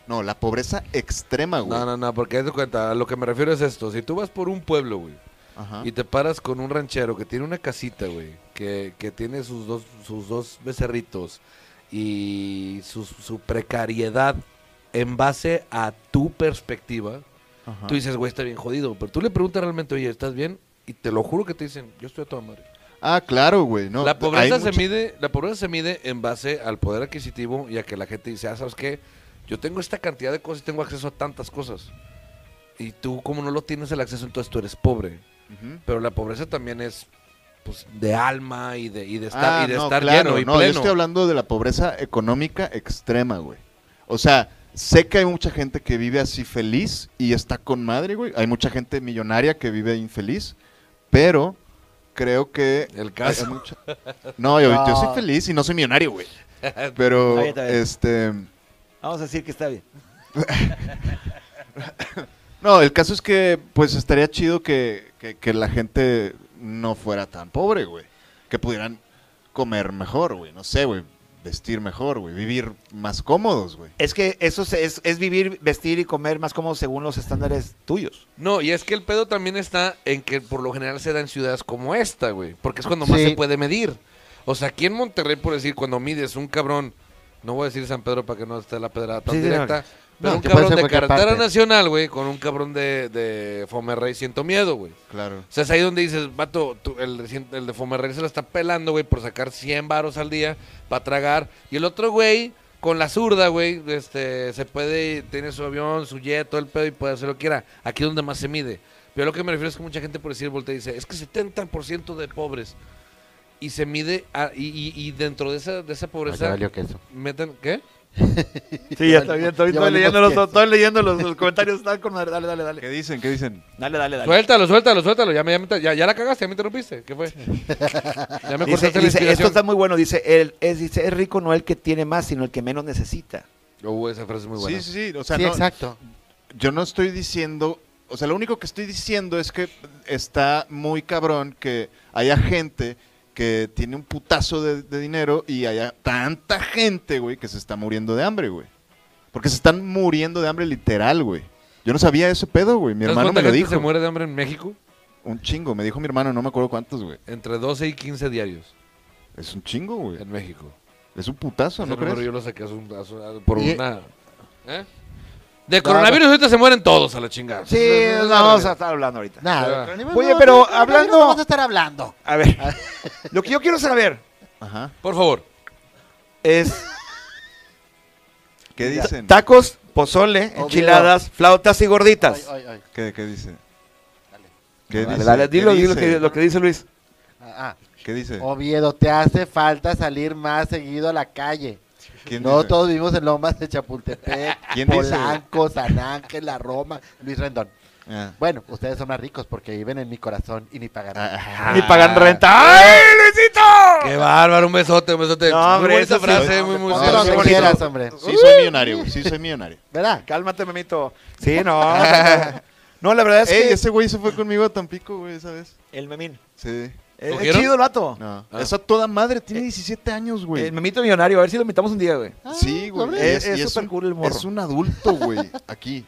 No, la pobreza extrema, güey.
No, no, no, porque haz de cuenta, a lo que me refiero es esto. Si tú vas por un pueblo, güey,
Ajá.
y te paras con un ranchero que tiene una casita, güey, que, que tiene sus dos, sus dos becerritos y su, su precariedad en base a tu perspectiva,
Ajá.
tú dices, güey, está bien jodido. Pero tú le preguntas realmente, oye, ¿estás bien? Y te lo juro que te dicen, yo estoy a toda madre.
Ah, claro, güey. No,
la pobreza
hay
se
mucha-
mide, la pobreza se mide en base al poder adquisitivo y a que la gente dice, ah, ¿sabes qué? Yo tengo esta cantidad de cosas y tengo acceso a tantas cosas. Y tú, como no lo tienes el acceso, entonces tú eres pobre.
Ujú.
Pero la pobreza también es pues de alma y de, y de estar,
Ah,
y de
no,
estar
claro,
lleno y
no,
pleno.
yo estoy hablando de la pobreza económica extrema, güey. O sea, sé que hay mucha gente que vive así feliz y está con madre, güey. Hay mucha gente millonaria que vive infeliz, pero creo que...
El caso.
hay mucha- No, yo, yo
No.
soy feliz y no soy millonario, güey. Pero,
Está bien, está bien.
este...
Vamos a decir que está bien.
No, el caso es que, pues, estaría chido que, que- que la gente no fuera tan pobre, güey. Que pudieran comer mejor, güey. No sé, güey. Vestir mejor, güey. Vivir más cómodos, güey.
Es que eso se- es, es vivir, vestir y comer más cómodo según los estándares tuyos.
No, y es que el pedo también está en que por lo general se da en ciudades como esta, güey. Porque es cuando más
Sí.
se puede medir. O sea, aquí en Monterrey, por decir, cuando mides un cabrón, no voy a decir San Pedro para que no esté la pedrada tan
Sí, sí,
directa, pero
No,
un
que puede
cabrón
ser
de
cualquier
carretera
parte.
nacional, güey, con un cabrón de, de Fomerrey siento miedo, güey.
Claro.
O sea, es ahí donde dices, vato, tú- el, de cien- el de Fomerrey se la está pelando, güey, por sacar 100 varos al día para tragar. Y el otro, güey, con la zurda, güey, este, se puede, tiene su avión, su jet, todo el pedo y puede hacer lo que quiera. Aquí es donde más se mide. Pero lo que me refiero es que mucha gente por decir, voltea y dice, es que 70% de pobres. Y se mide, a- y, y- y dentro de esa, de esa
No,
pobreza,
Ah,
ya valió queso.
meten, ¿qué?
Sí,
ya está bien, estoy- estoy leyendo los- estoy
leyendo los, comentarios. Dale, dale, dale,
¿Qué dicen? ¿Qué dicen?
Dale, dale,
Suéltalo, suéltalo, suéltalo. Ya, me, ya, me- ya- ya la cagaste, ya me interrumpiste. ¿Qué fue? Ya me
Dice,
cortaste la
dice, esto
inspiración.
está muy bueno. Dice, el, es, dice, es rico no el que tiene más, sino el que menos necesita.
Uh, esa frase es muy buena.
Sí, sí, sí. O sea,
sí,
no-
exacto.
yo no estoy diciendo... O sea, lo único que estoy diciendo es que está muy cabrón que haya gente que tiene un putazo de, de dinero y haya tanta gente, güey, que se está muriendo de hambre, güey. Porque se están muriendo de hambre literal, güey. Yo no sabía ese pedo, güey. Mi
¿Sabes
hermano
cuánta
me lo
gente
dijo.
se muere de hambre en México?
Un chingo, me dijo mi hermano, no me acuerdo cuántos, güey.
Entre 12 y 15 diarios
Es un chingo, güey.
en México.
Es un putazo,
Ese
¿no
número
crees?
Yo lo saqué hace un- hace un- por
Y-
una... ¿Eh? De coronavirus ahorita se mueren todos a la chingada.
Sí,
Esa es la
vamos a
realidad.
estar hablando ahorita.
Pero-
Nada. coronavirus
Oye,
no-
pero
de coronavirus
hablando-
No vamos a estar hablando.
A ver, Ah. lo que yo quiero saber
Ajá.
Por favor.
es
¿Qué dicen?
tacos, pozole,
Obvio.
enchiladas, flautas y gorditas.
Ay, ay, ay.
¿Qué, qué dice? ¿Qué
Dale,
dice?
dale,
¿Qué
dilo, dilo
dice?
que- lo que dice Luis.
Ah, ah.
¿Qué
Oh,
dice?
Oviedo, te hace falta salir más seguido a la calle.
¿Quién
No
dice?
todos vivimos en Lomas de Chapultepec,
¿Quién dice?
Polanco, San Ángel, La Roma, Luis Rendón.
Ah.
Bueno, ustedes son más ricos porque viven en mi corazón y ni pagarán.
Ah,
Ni pagan renta. ¡Ay, Luisito!
¡Qué bárbaro! Un besote, un besote.
No,
muy
hombre,
bonita
eso sí.
frase,
No,
muy,
me
muy...
pongo
muy
Pero
sí,
bonito.
donde
bonito.
quieras, hombre.
Sí, soy millonario, güey. Sí, soy millonario.
¿Verdad?
Cálmate, memito. Sí, no. no, la verdad es
Ey,
que
ese güey se fue conmigo a Tampico, güey, esa vez.
el memín.
Sí.
Es- Es
¿Cogieron?
chido el vato.
No.
Ah.
Esa toda madre
Eh,
tiene 17 años, güey. Ah,
El memito millonario, a ver si lo invitamos un día, güey.
Sí,
Ah,
güey. Eh,
sobre. Ah, Es-
y
es súper
un-
cool el morro.
Es un adulto, güey, aquí.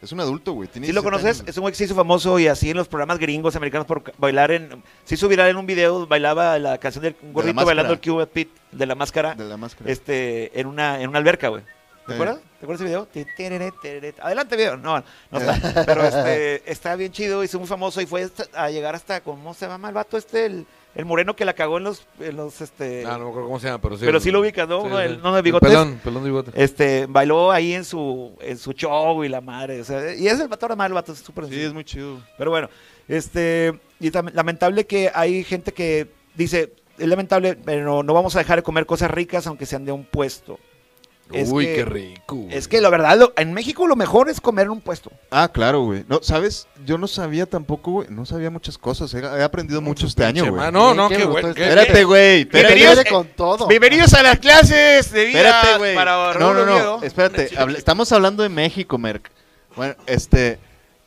Es un adulto, güey. tiene
Si lo
17
conoces,
años.
es un güey que se hizo famoso y así en los programas gringos americanos por ca- bailar en. Se hizo viral en un video, bailaba la canción del un gordito
máscara.
bailando el Cuba Pit de la máscara
De la máscara.
este, en, una, en una alberca, güey. ¿Te
Eh.
acuerdas? ¿Te acuerdas ese video? Ti, tereré, tereré. Adelante, video. No, no
Eh.
está. Pero este, está bien chido, hizo muy famoso y fue hasta- a llegar hasta, ¿cómo se llama el vato este? El, el moreno que la cagó en los. en los, este,
Ah, no me acuerdo cómo se llama, pero sí.
Pero sí lo ubicas, ¿no?
Sí,
Uno
sí.
del- uno de bigotes.
Pelón, pelón de bigote.
Este, bailó ahí en su, en su show y la madre. o sea, y es el vato, ahora más el vato es súper
Sí, es muy chido.
Pero bueno, este, y tam- lamentable que hay gente que dice, es lamentable, pero no vamos a dejar de comer cosas ricas aunque sean de un puesto. es
Uy,
que-
qué rico. güey.
Es que la verdad, lo- en México lo mejor es comer en un puesto.
Ah, claro, güey. No, ¿sabes? Yo no sabía tampoco, güey. No sabía muchas cosas. He, he aprendido mucho este año,
Ah,
güey.
No, no,
Qué
qué
gusto
bueno.
este-
qué-
Espérate, güey. Espérate,
Bienvenidos-
Viene con todo.
a las clases de
espérate, güey. No, no, no. Espérate. habla- estamos hablando de México, Merck. Bueno, este,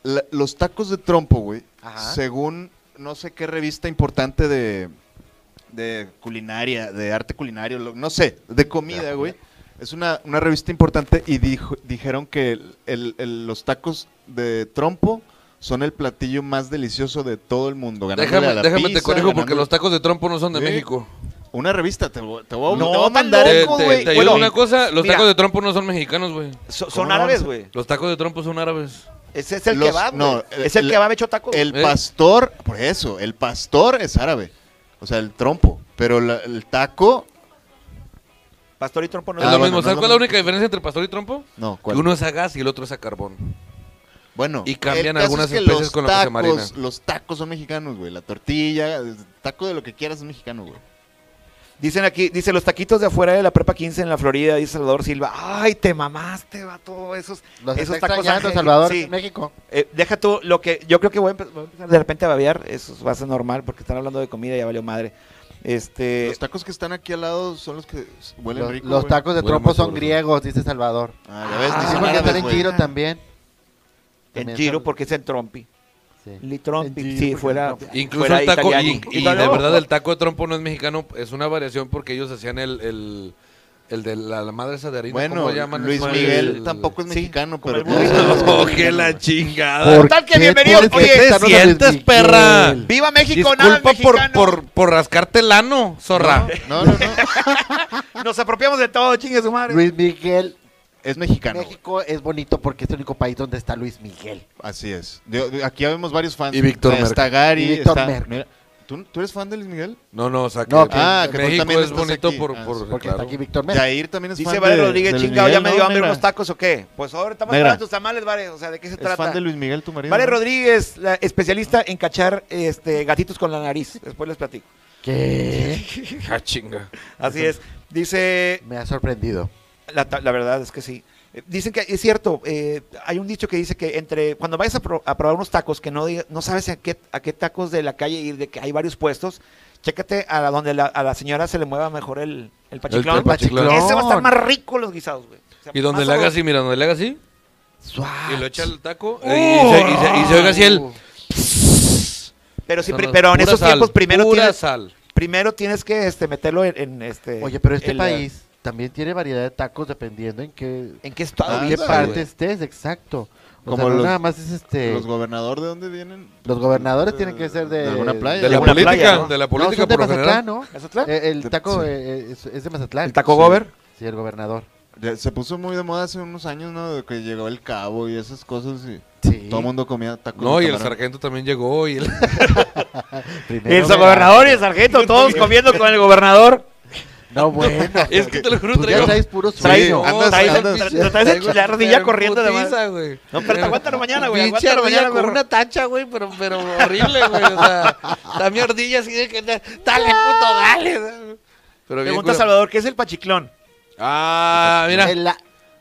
la- los tacos de trompo, güey,
Ajá.
según no sé qué revista importante de, de culinaria, de arte culinario, lo- no sé, de comida, güey. Es una, una revista importante y dijo, dijeron que el- el- el- los tacos de trompo son el platillo más delicioso de todo el mundo. ganándole a
Déjame,
la
déjame
pizza,
te corrijo porque
ganándole-
los tacos de trompo no son de
Sí.
México.
Una revista, te, voy- te voy a-
No,
te voy a
tan
mandar.
loco,
Te,
Poco,
te-
güey.
te ayudo
Bueno,
una cosa, los
mira.
tacos de trompo no son mexicanos, güey.
So-
¿Cómo
son
no
árabes,
vamos a-
güey.
Los tacos de trompo son árabes.
Ah,
Ese es el
Los-
kebab, güey.
no,
es el,
el-
kebab hecho taco.
El
¿Eh?
pastor, por eso, el pastor es árabe. O sea, el trompo. Pero la- el taco,
Pastor y trompo no
Es
Ah,
lo
bueno,
mismo.
no
¿Sabes
es lo
cuál es la
mismo.
única diferencia entre pastor y trompo?
no.
Que
¿cuál?
uno es a gas y el otro es a carbón.
bueno,
y cambian
el caso
algunas
es que
especies
los
con la que se marina.
Los tacos son mexicanos, güey. La tortilla, el taco de lo que quieras es mexicano, güey.
Dicen aquí, dice los taquitos de afuera de la prepa 15 en la Florida, dice Salvador Silva. Ay, te mamaste, vato, esos,
Los
esos
está
tacos
extrañando
angélicos".
Salvador,
Sí.
México.
Eh, deja tú lo que yo creo que voy a, empe- voy a empezar de repente a babear, eso va a ser normal porque están hablando de comida y ya valió madre.
Eh,
Este,
los tacos que están aquí al lado son los que s- huelen
Los,
rico.
los
güey.
tacos de
Huele
trompo
muy
son
sabroso.
griegos, dice Salvador.
Ah, ya ves,
Ah,
Y
ni
sí,
son
porque están
árabes,
en
güey.
giro también.
en
También
giro
son-
porque es en trompi.
sí.
Li trompi,
En
si
giro,
fuera
Incluso
fuera
el taco,
italiano.
y, y de
Italiano.
verdad el taco de trompo no es mexicano, es una variación porque ellos hacían el, el, el de la, la madre esa de harina. ¿cómo
Bueno,
le llaman?
Luis
Es-
Miguel
el-
tampoco es mexicano, pero...
Oh, que la chingada.
¿Por
Total que
qué
bienvenido.
tienes que
Oye,
aceptarnos a Luis
sientes,
Miguel?
perra?
¡Viva México, nada
Disculpa por,
mexicano!
por, por rascarte el ano, zorra.
No, no, no.
Nos apropiamos de todo, chingue su madre.
Luis Miguel,
Es mexicano, güey.
México es bonito porque es el único país donde está Luis Miguel.
Así es. Yo- aquí ya vemos varios fans.
Y Víctor
Está- Está
Merck.
Gary.
Y Víctor
está-
Merck.
mira, ¿tú, ¿Tú eres fan de Luis Miguel?
No, no, o sea, que,
No, que-
Ah, que tú
México
también
es
estás
bonito
aquí.
por...
Ah,
por-
sí,
Porque
Pues claro.
está aquí Víctor Mera.
Jair también es
Dice
fan
Vale
de-
Rodríguez,
de Luis
chingado, ya
Miguel,
me
¿no,
dio hambre
negra?
unos tacos o qué. Pues ahora estamos
Negra.
hablando de tus tamales, Vale. O sea, ¿de qué se
¿Es
trata?
fan de Luis Miguel tu marido?
Vale
no?
Rodríguez, la especialista en cachar este, gatitos con la nariz. Después les platico.
¿Qué?
Ah, chinga.
Así es. Dice,
Me ha sorprendido.
la, ta- la verdad es que sí. Eh, Dicen que es cierto, eh, hay un dicho que dice que entre cuando vayas a, pro- a probar unos tacos que no diga- no sabes a qué, a qué tacos de la calle ir, de que hay varios puestos, chécate a la, donde la, a la señora se le mueva mejor el, el pachiclón.
el pachiclón.
Ese va a estar más rico los guisados, güey. O sea,
Y donde
más
le haga
sabroso.
así, mira, donde le haga así,
Suave.
y lo echa el taco, eh, y, se, y se- y se oiga así el...
Uh.
Pero, sí,
Son
pri-
las-
pero en
pura
esos
sal,
tiempos primero
pura
tienes,
sal.
primero tienes que este, meterlo en, en, este.
Oye, pero este
el,
país también tiene variedad de tacos dependiendo en qué,
¿En qué estado
Ah,
qué
sí,
vives,
parte
güey?
estés, exacto. O
Como
sea, no
los-
nada más es este...
¿Los
Los,
gobernadores de dónde vienen?
gobernadores tienen que ser de...
¿De alguna playa?
De la
alguna
política,
playa, ¿no?
de la
No,
política
son de
por lo general.
Mazatlán, ¿no?
¿Mazatlán?
Eh, el
De-
taco
sí.
eh, es, es de Mazatlán.
¿El taco
Sí.
gober?
Sí, el gobernador.
Ya Se puso muy de moda hace unos años, ¿no? De que llegó el cabo y esas cosas y
Sí.
todo el mundo comía tacos.
No,
de
y el
camarón.
sargento también llegó, y el...
Primero
El
verás.
gobernador y el sargento, todos comiendo con el gobernador.
No, bueno.
es que te lo juro,
Tú ya
traigo... Ah,
traes puro
Traes-
sueño.
andas-
traes-
andas-
tra- traes el- la rodilla
Pero
corriendo de
putiza,
madre.
güey.
No, pero te aguántalo mañana, güey,
Pinche
aguántalo
ardilla
mañana,
con
güey.
una tacha, güey, pero, pero horrible, güey. O sea, está mi ardilla así de que... Dale, puto, dale. Pero bien,
Pregunta a
cura-
Salvador, ¿qué es el pachiclón?
Ah, mira.
El la-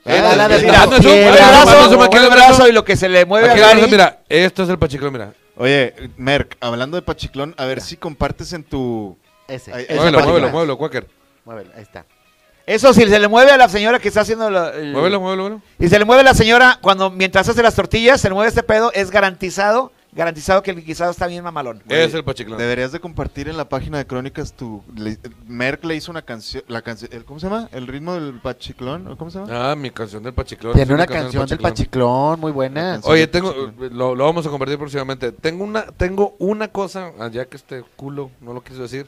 Eh,
el ala de
el-
la
ah, no, es un-
fiera.
el brazo,
Bueno,
se me queda el
bueno,
brazo.
y lo que se le mueve a
Aquí,
Gary.
mira, esto es el pachiclón, mira.
Oye, Merck, hablando de Pachiclón, a ver si compartes en tu...
Ese.
Ahí- ahí-
Muévelo,
pachiclón.
muévelo, muévelo, Quaker.
Muévelo, ahí está.
Eso si se le mueve a la señora que está haciendo la- el-
Muévelo, muévelo, muévelo.
Y se le mueve a la señora cuando mientras hace las tortillas, se le mueve este pedo, es garantizado, garantizado que el guisado está bien mamalón.
Güey,
Es el pachiclón.
Deberías de compartir en la página de Crónicas tu... le- Merck le hizo una canción... la canción el- ¿Cómo se llama? ¿El ritmo del Pachiclón? ¿o ¿Cómo se llama?
Ah, mi canción del pachiclón.
Tiene
sí, mi
una canción del Pachiclón, muy buena.
canción.
Oye,
del
tengo,
Pachiclón.
lo, lo vamos a compartir próximamente. Tengo una, tengo una cosa, ah, ya que este culo no lo quiso decir.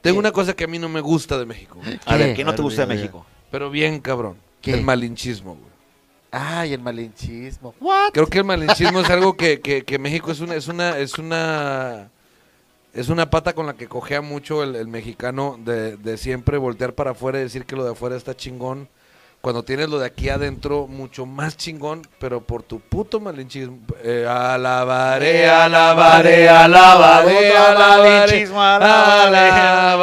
tengo una cosa que a mí no me gusta de México,
A
¿Qué?
ver, ¿qué no
A
te
ver,
gusta de
diga,
México?
pero bien cabrón.
¿Qué?
El malinchismo. güey.
Ay, el malinchismo.
Creo que el malinchismo es algo que, que- que México es una, es una, es una, es una pata con la que cojea mucho el, el mexicano de, de siempre voltear para afuera y decir que lo de afuera está chingón. Cuando tienes lo de aquí adentro, mucho más chingón, pero por tu puto malinchismo. Eh, alabaré, alabaré, alabaré, alabaré,
Otro malinchismo, alabaré.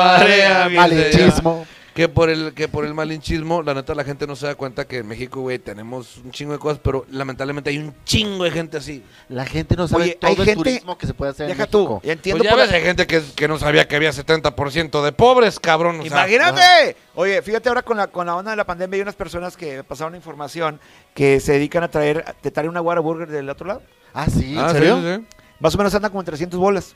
alabaré, alabaré.
Malinchismo.
que por el que por el malinchismo, la neta la gente no se da cuenta que en México, güey, tenemos un chingo de cosas, pero lamentablemente hay un chingo de gente así. Pues
La gente no sabe
Oye,
todo
hay
el
gente-
turismo que se puede hacer
Deja
en México.
tú. y Entiendo
pues ya
por la-
ves, hay gente que, que no sabía que había 70% de pobres, cabrón. o sea.
Imagínate. Oye, fíjate ahora con la, con la onda de la pandemia hay unas personas que pasaron información que se dedican a traer, te traen una Whataburger del otro lado.
Ah, sí.
Ah, sí,
serio?
sí, sí.
Más o menos andan como en 300 bolas.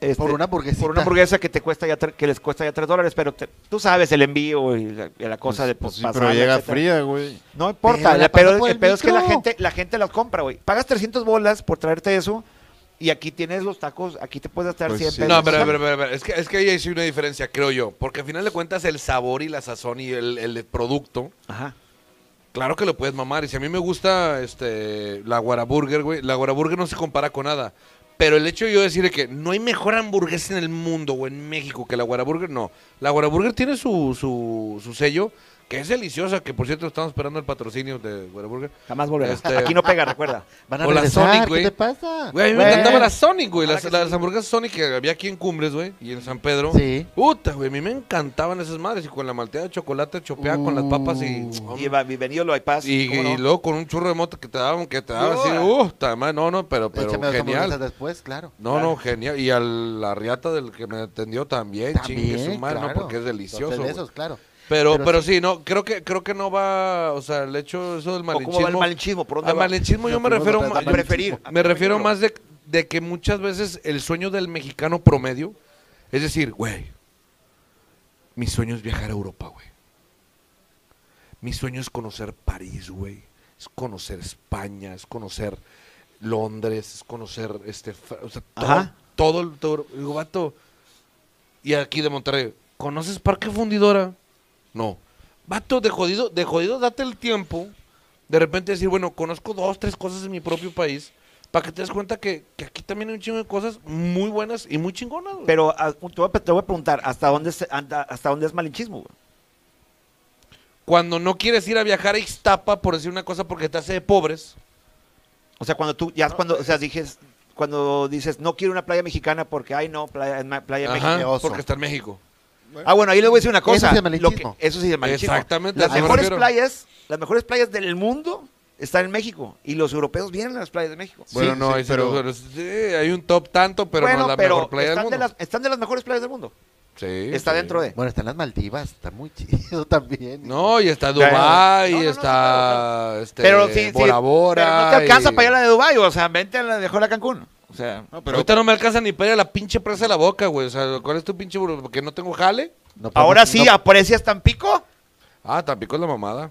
Este,
Por una hamburguesita.
por una hamburguesa que te cuesta ya tre- que les cuesta ya 3 dólares, pero te- tú sabes el envío y la, y la cosa de
Pues
pues,
sí, pero
pasarla,
llega
etcétera.
fría, güey.
No importa,
Pero
la-
la
pero
pasó por
el
el
pedo es que la
micro.
gente, la gente las compra, güey. Pagas 300 bolas por traerte eso y aquí tienes los tacos, aquí te puedes estar
Pues
100
sí.
pesos.
No, pero, pero, pero, pero, es, que, es que ahí hay sí una diferencia, creo yo. Porque al final de cuentas el sabor y la sazón y el, el producto,
Ajá.
claro que lo puedes mamar. Y si a mí me gusta este, la guaraburger, güey, la guaraburger no se compara con nada. Pero el hecho de yo decir que no hay mejor hamburguesa en el mundo o en México que la guaraburger, no. La guaraburger tiene su, su, su sello, que es deliciosa, que por cierto estamos esperando el patrocinio de guaraburger.
Jamás volverás.
Este-
Aquí no pega, recuerda.
Van a
o la
regresar,
Sonic,
¿qué
güey.
te pasa?
Güey, a mí me
Güey.
encantaba la Sonic, güey. Las,
Claro que
las
sí.
hamburguesas Sonic que había aquí en Cumbres, güey. Y en San Pedro.
Sí.
Puta, güey. A mí me encantaban esas madres. Y con la malteada de chocolate chopeada con las papas y...
Uh, Y va- bienvenido lo iPads.
Y,
¿cómo no?
y luego con un churro de moto que te daban, que te daban así,
Ua.
uh, tamás, no, no, pero, pero
Échame dos hamburguesas
genial.
después, claro.
No, no, genial. Y a la riata del que me atendió también, chingue su madre,
claro.
no, porque es
Entonces,
delicioso.
de
güey.
esos, claro.
Pero,
Pero
pero, sí, no, creo que, creo que no va, o sea, el hecho eso del
¿O
malinchismo.
¿Cómo va el malinchismo? ¿Por dónde
Al
va?
malinchismo yo me
fuimos
refiero
atrás
ma-
del
me-
malinchismo.
Me refiero
Preferir.
más de, de que muchas veces el sueño del mexicano promedio es decir, güey, mi sueño es viajar a Europa, güey. Mi sueño es conocer París, güey. Es conocer España, es conocer Londres, es conocer este, Fra- o sea, todo,
Ajá.
todo el todo- digo, vato. Y aquí de Monterrey, ¿conoces Parque Fundidora? No. Vato, de jodido, de jodido, date el tiempo. De repente decir, bueno, conozco dos, tres cosas en mi propio país. Para que te des cuenta que, que aquí también hay un chingo de cosas muy buenas y muy chingonas. güey.
Pero ah, te voy a, te voy a preguntar, ¿hasta dónde, se- anda- ¿hasta dónde es malinchismo? güey?
Cuando no quieres ir a viajar a Ixtapa, por decir una cosa, porque te hace de pobres.
O sea, cuando tú, ya es
eh.
cuando, o sea, dijes, cuando dices, no quiero una playa mexicana porque, ay, no, playa, ma- playa
Ajá,
mexicana.
Mexiqueoso.
porque está en México.
Ah, bueno, ahí le voy a decir una cosa.
Eso sí es
lo que-
malinchismo.
Eso sí es malinchismo.
Exactamente,
Las
a eso me
mejores
refiero.
playas, las mejores playas del mundo están en México y los europeos vienen a las playas de México.
Bueno,
Sí,
no,
sí,
ahí sí,
pero-
pero sí, hay un top tanto, pero
Bueno,
no es la
pero
mejor playa del
están,
mundo.
de las, están de las mejores playas del mundo.
Sí,
Está
sí.
dentro de.
Bueno, están las Maldivas, está muy chido también.
No, y está
Claro.
Dubái,
No, no,
y
no,
está Este,
pero sí, sí,
Bora Bora.
pero no te alcanza
y-
para ir a la de Dubái, o sea, vente a la de Jola Cancún. O sea,
No, pero
Ahorita no me alcanza ni para ir a la pinche presa de la boca, güey. O sea, ¿cuál es tu pinche buro? Porque no tengo jale.
No podemos-
ahora sí, ah,
no-
aprecias Tampico.
Ah, tampoco es la mamada.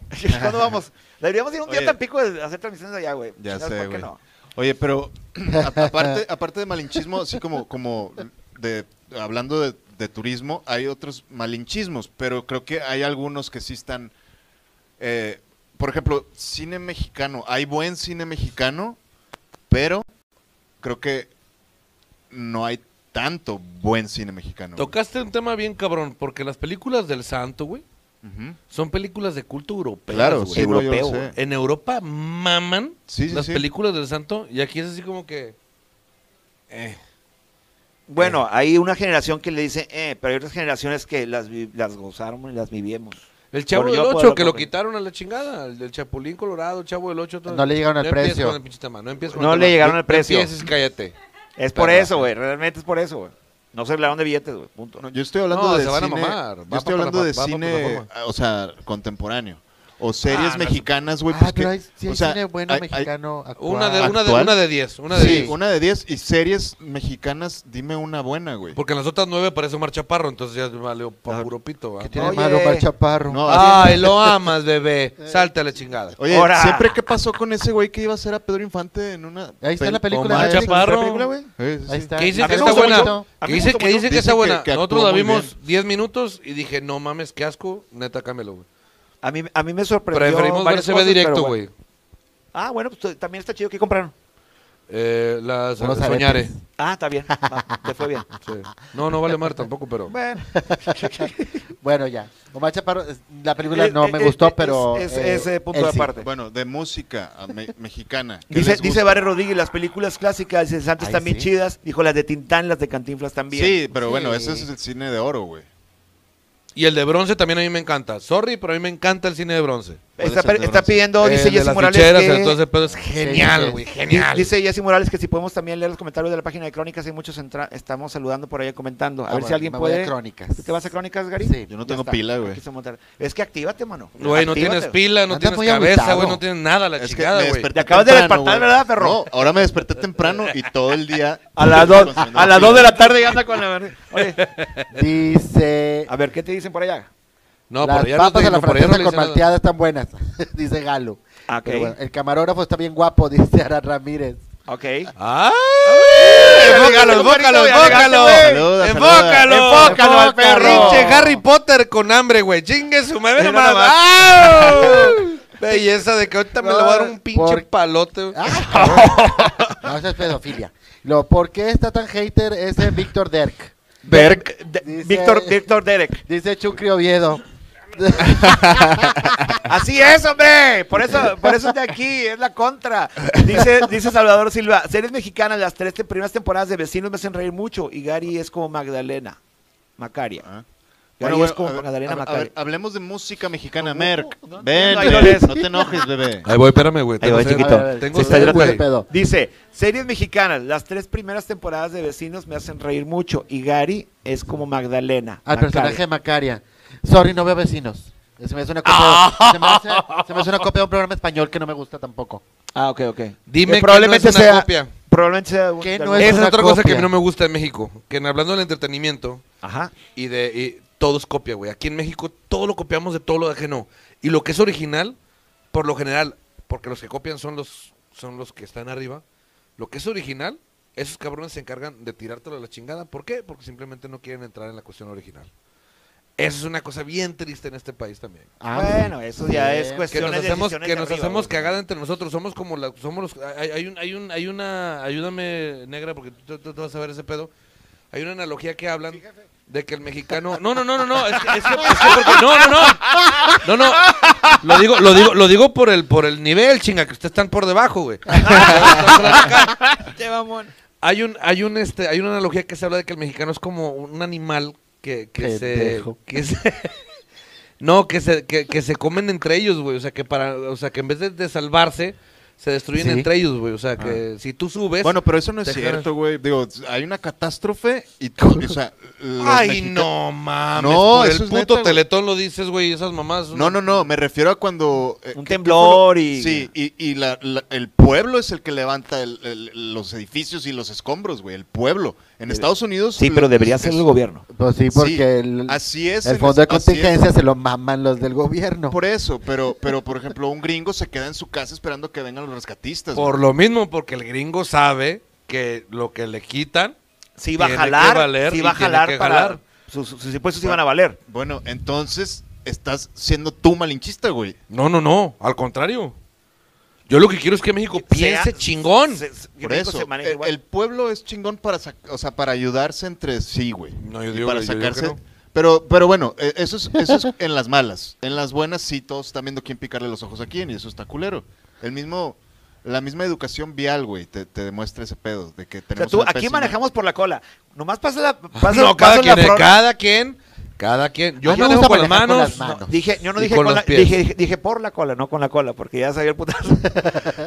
¿Cuándo vamos? Deberíamos ir un día
Oye.
a Tampico a hacer transmisiones allá, güey.
Ya
Chingados,
sé,
¿por qué
güey.
no?
Oye, pero a- aparte, aparte de malinchismo, así como, como de, hablando de, de turismo, hay otros malinchismos, pero creo que hay algunos que sí están. eh, por ejemplo, cine mexicano. Hay buen cine mexicano, pero creo que no hay tanto buen cine mexicano. güey.
Tocaste un tema bien cabrón, porque las películas del santo, güey,
Ujú.
son películas de culto europeo.
Claro, sí, no, yo lo
Europeo,
sé.
güey.
En Europa maman
Sí, sí,
las
sí.
películas del santo y aquí es así como que... eh.
Bueno, hay una generación que le dice, eh, pero hay otras generaciones que las, vi- las gozaron y las vivimos.
El Chavo
Bueno, yo
del
puedo
8,
hablar
que
por
lo
mí.
quitaron a la chingada. El del Chapulín Colorado, Chavo del 8.
No le llegaron al precio.
Con el pinche tema, no empieces con
No
el
le
tema.
llegaron al precio.
No empieces, cállate.
Es por
Perra.
eso, güey, realmente es por eso, güey. No se hablaron de billetes, güey, punto.
No, yo estoy hablando
No,
de
se van a
cine,
mamar. Va
Yo estoy
pa'
hablando de
plataforma, va pa'
cine,
plataforma.
ah, o sea, contemporáneo. O series
Ah, no,
mexicanas, güey.
Ah,
pues
pero
que-
hay, sí hay
o sea,
cine bueno
hay- hay-
mexicano actual.
Una de, una, de,
¿Actual?
una de 10. Una de
sí,
10.
una de 10 y series mexicanas, dime una buena, güey.
Porque en las otras 9 aparece Omar Chaparro, entonces ya valió pa'
Ah.
puro pito. ¿va?
Que tiene
Oye.
malo Omar Chaparro.
No,
Ay, lo amas, bebé. Salte a la chingada.
Oye,
Ahora.
siempre qué pasó con ese güey que iba a ser a Pedro Infante en una
Ahí está
pel-
la película.
Omar
de Netflix.
Chaparro.
¿Está la película, güey?
Sí, sí, sí.
Ahí está.
Que dice
A
que
mí me
está
gustó
buena.
mucho. A mí
Que
me
dice
gustó
que,
mucho.
dice que
Dicen
está
que-
buena.
que actuó
Nosotros la
muy
vimos 10 minutos y dije, no mames, qué asco. Neta, cámbialo, güey.
A mí, a mí me sorprendió.
Preferimos ver
varias
CB
cosas,
directo,
pero
güey.
bueno. Ah, bueno, pues también está chido que compraron.
Eh, las
Unos
soñaré.
aretes.
Ah, está bien. Va, te fue bien. Eh,
No, no vale mar tampoco, pero.
Bueno,
Bueno, ya. Omar Chaparro, es- la película no
Eh,
me
eh,
gustó,
eh,
pero...
es-
eh,
ese punto
él
de
sí.
aparte.
Bueno, de música ah, me- mexicana. ¿Qué
dice,
les
dice
gusta?
Barry Rodríguez, las películas clásicas de Santos
Ay,
están bien
sí.
chidas. Dijo las de Tintán, las de Cantinflas también.
Sí, pero bueno,
Sí.
ese es el cine de oro, güey.
Y el de bronce también a mí me encanta. Sorry, pero a mí me encanta el cine de bronce. Eh,
¿Cuál
Está,
es el de
está
bronce?
pidiendo,
El
dice
de
Jessy
las
Morales.
ficheras,
que-
entonces, pero es genial, güey, genial.
Dice Jessy Morales que si podemos también leer los comentarios de la página de Crónicas, hay muchos entra- estamos saludando por allá comentando. A
Ah,
ver si
bueno,
alguien
me voy a
puede.
crónicas.
¿Tú te vas a Crónicas, Gary?
Sí.
Yo no
Ya
tengo
está.
pila, güey.
Aquí está Monterrey. Es que actívate, mano.
Güey, no
Actívate.
tienes pila, no
Anda
tienes
muy
cabeza,
agüitado.
güey, no tienes nada, la
Es que
chingada,
me
güey.
desperté
Te acabas de
temprano,
despertar,
güey.
¿verdad, perro?
No, ahora me desperté temprano y todo el día.
A las dos,
consumiendo
a las
pila.
dos de la tarde ya anda con la. Oye,
Dice.
a ver, ¿qué te dicen por allá?
Ah, No,
las
por allá no,
papas
te-
a la
no, por allá no
francesa
le
con
dicen nada.
malteada están buenas, dice Galo.
Ok.
Pero bueno, el camarógrafo está bien guapo, dice Ara Ramírez.
Ok.
¡Ah!
Enfócalo, enfócalo, enfócalo.
Saluda,
¡Enfócalo!
saluda. Enfócalo al perro.
¡Pinche Harry Potter con hambre, güey! ¡Chingue su madre!
Mira
nomás.
nomás.
¡Ah! Belleza de que ahorita me
No,
lo va a dar un pinche
por-
palote. güey.
Ah, cabrón. no, eso es pedofilia. Lo, ¿Por qué está tan hater ese Víctor Derk?
Berk. de-
Dice-
Víctor, Víctor Derek.
Dice Chucri Oviedo.
Así es, hombre. Por eso, por eso de aquí, es la contra. Dice, dice Salvador Silva, series mexicanas, las tres te- primeras temporadas de vecinos me hacen reír mucho. Y Gary es como Magdalena. Macaria.
Ah.
Gary
Bueno,
es
bueno,
como
a ver,
Magdalena
a ver, a
Macaria.
ver, hablemos de música mexicana,
No,
Merck.
no, no,
Ven,
no,
Merck,
no les-
no te enojes, bebé.
Ahí voy, espérame, güey.
Ahí
tengo
voy,
sed,
chiquito.
güey.
A ver,
Tengo
se está
sed,
hidratando.
güey.
pedo.
Dice, series mexicanas, las tres primeras temporadas de vecinos me hacen reír mucho. Y Gary es como Magdalena.
Al
Macaria.
personaje de Macaria. Sorry, no veo vecinos. Se me hace una copia, se me hace- se me hace una copia de un programa español que no me gusta tampoco.
Ah, ok, ok.
Dime
Eh,
que
probablemente
no es una
sea,
copia.
Probablemente sea. de
Que no
algún-
es
Esa es
una
otra cosa que a mí
copia.
no me gusta en México. Que en- hablando del entretenimiento
Ajá.
y de... y todo es copia, güey. Aquí en México todo lo copiamos de todo lo ajeno. Y lo que es original, por lo general, porque los que copian son los, son los que están arriba, lo que es original, esos cabrones se encargan de tirártelo a la chingada. ¿Por qué? Porque simplemente no quieren entrar en la cuestión original. Eso es una cosa bien triste en este país también.
Ah,
bueno, eso ya
bien.
es
Que
Que
cuestión
nos
de
hacemos,
decisiones
que
de
nos
arriba,
hacemos
güey.
cagada entre nosotros. Somos como la, somos los, hay, hay un, hay un, hay una, ayúdame negra porque tú, tú- tú vas a ver ese pedo. Hay una analogía que hablan de que el mexicano, no, no, no, no, no, es que, es que- es que porque- no, no, no, no, no, lo digo, lo digo, lo digo por el, por el nivel, chinga, que ustedes están por debajo, güey.
Che, mamón.
Hay un, hay un, este, hay una analogía que se habla de que el mexicano es como un animal que, que se,
Pendejo.
que se- no, que se, que, que se comen entre ellos, güey. O sea que para, o sea que en vez de, de salvarse, se destruyen
Sí.
entre ellos, güey. O sea que si tú subes,
Ah. Bueno, pero eso no es
Dejar-
cierto, güey. Digo, hay una catástrofe y tú, o sea, los
ay
mexicanos-
no mames,
No,
por el
eso es
puto
neta, güey.
teletón lo dices, güey, esas mamás.
No, no, no, me refiero a cuando... eh,
Un
¿qué-
temblor
qué fue lo-
y-
Sí, y, y la- la- el pueblo es el que levanta el- el- los edificios y los escombros, güey, el pueblo. En Estados Unidos...
Sí, pero
lo-
debería
es-
ser
es-
el gobierno.
Pues sí, porque
Sí,
el,
Así es.
el
en-
fondo de
así es.
contingencia se lo maman los del gobierno.
Por eso, pero, pero por ejemplo, un gringo se queda en su casa esperando que vengan los rescatistas. güey.
Por lo mismo, porque el gringo sabe que lo que le quitan
Si va a
Tiene que
jalar,
valer
si
y
va a
tiene
jalar
que
para
jalar.
Sus, sus impuestos iban a valer.
Bueno, entonces estás siendo tú malinchista, güey.
No, no, no, al contrario. Yo lo que quiero es que México piense
Sea-
chingón.
se- se- que
Por
México
eso,
se maneje
el,
igual.
el pueblo es chingón para, sac- o sea, para ayudarse entre sí, güey.
No, yo
Y
digo-
para
yo digo que
sacarse.
no.
Pero, pero bueno, eh, eso es, eso es en las malas. En las buenas sí todos están viendo quién picarle los ojos a quién y eso está culero. El mismo, la misma educación vial, güey, te, te demuestra ese pedo de que
O sea,
tenemos.
tú,
una
aquí
pésima-
manejamos por la cola. Nomás pasa la. Pasa,
no,
pasa
cada quien,
la
eh,
fron-
cada quien, cada quien. Yo
A mí me
manejo
gusta
con las
manejar con
manos.
las manos.
No, dije, yo no
Y
dije
con
con
los
la-
pies.
dije, dije- dije por la cola, no con la cola, porque ya sabía el putazo.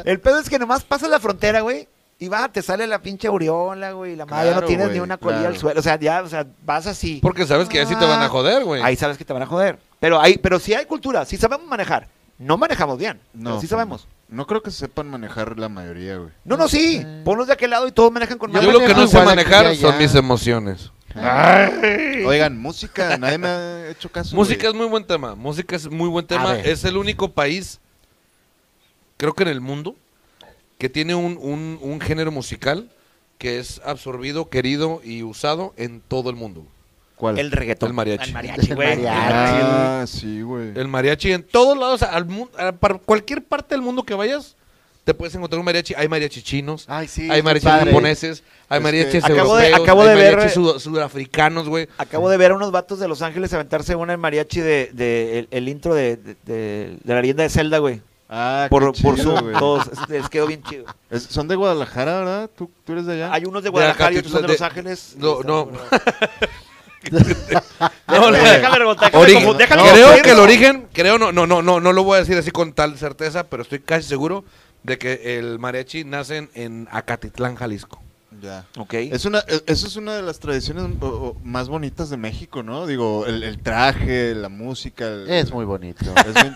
el pedo es que nomás pasas la frontera, güey, y va, te sale la pinche aureola, güey, y la madre, ya no
Claro,
tienes
güey,
ni una colilla
claro.
al suelo, o sea, ya, o sea, vas así.
Porque sabes que así te
Ah,
van a joder, güey.
Ahí sabes que te van a joder. Pero hay, pero sí hay cultura, sí sabemos manejar. No manejamos bien, pero sí sabemos.
No creo que sepan manejar la mayoría, güey.
No, no, sí. Ponlos de aquel lado y todos manejan con
Yo
más-
Yo
lo que no
manejo
sé
igual aquí y
manejar
allá.
son mis emociones.
Oigan, música, nadie me ha hecho caso.
Música es
güey.
muy buen tema. Música es muy buen
A
tema.
ver.
Es el único país, creo que en el mundo, que tiene un, un- un género musical que es absorbido, querido y usado en todo el mundo.
¿Cuál?
El reggaetón.
El mariachi.
El mariachi,
El
güey.
mariachi.
Ah, sí, güey.
El mariachi en todos lados, al mu- a- para cualquier parte del mundo que vayas, te puedes encontrar un mariachi. Hay mariachi chinos,
Ay, sí,
hay
qué
mariachis
padre.
japoneses, hay
Este,
mariachis
acabo de-
europeos,
acabo
hay
de ver- eh,
mariachis sud- sudafricanos, güey.
Acabo de ver a unos vatos de Los Ángeles aventarse una en mariachi de, de- el, el intro de, de- de- de la leyenda de Zelda, güey.
Ah,
Por,
qué
por
chido,
Zoom,
güey.
todos. es- Les quedó bien chido.
Es- son de Guadalajara, ¿verdad? ¿Tú, tú eres de allá?
Hay unos de
De
Guadalajara y otros
Acatitla-
son de Los
de-
Ángeles.
no, no.
No, no, déjale rebotar. déjale
Origen.
confu- Déjale
creo
confundirlo.
que el origen, creo, no, no, no, no, no lo voy a decir así con tal certeza, pero estoy casi seguro de que el mariachi nacen en Acatitlán, Jalisco.
Ya.
Ok.
Es una, eh, eso es una de las tradiciones mm, o- o más bonitas de México, ¿no? Digo, el, el traje, la música. el-
Es muy bonito.
es bien-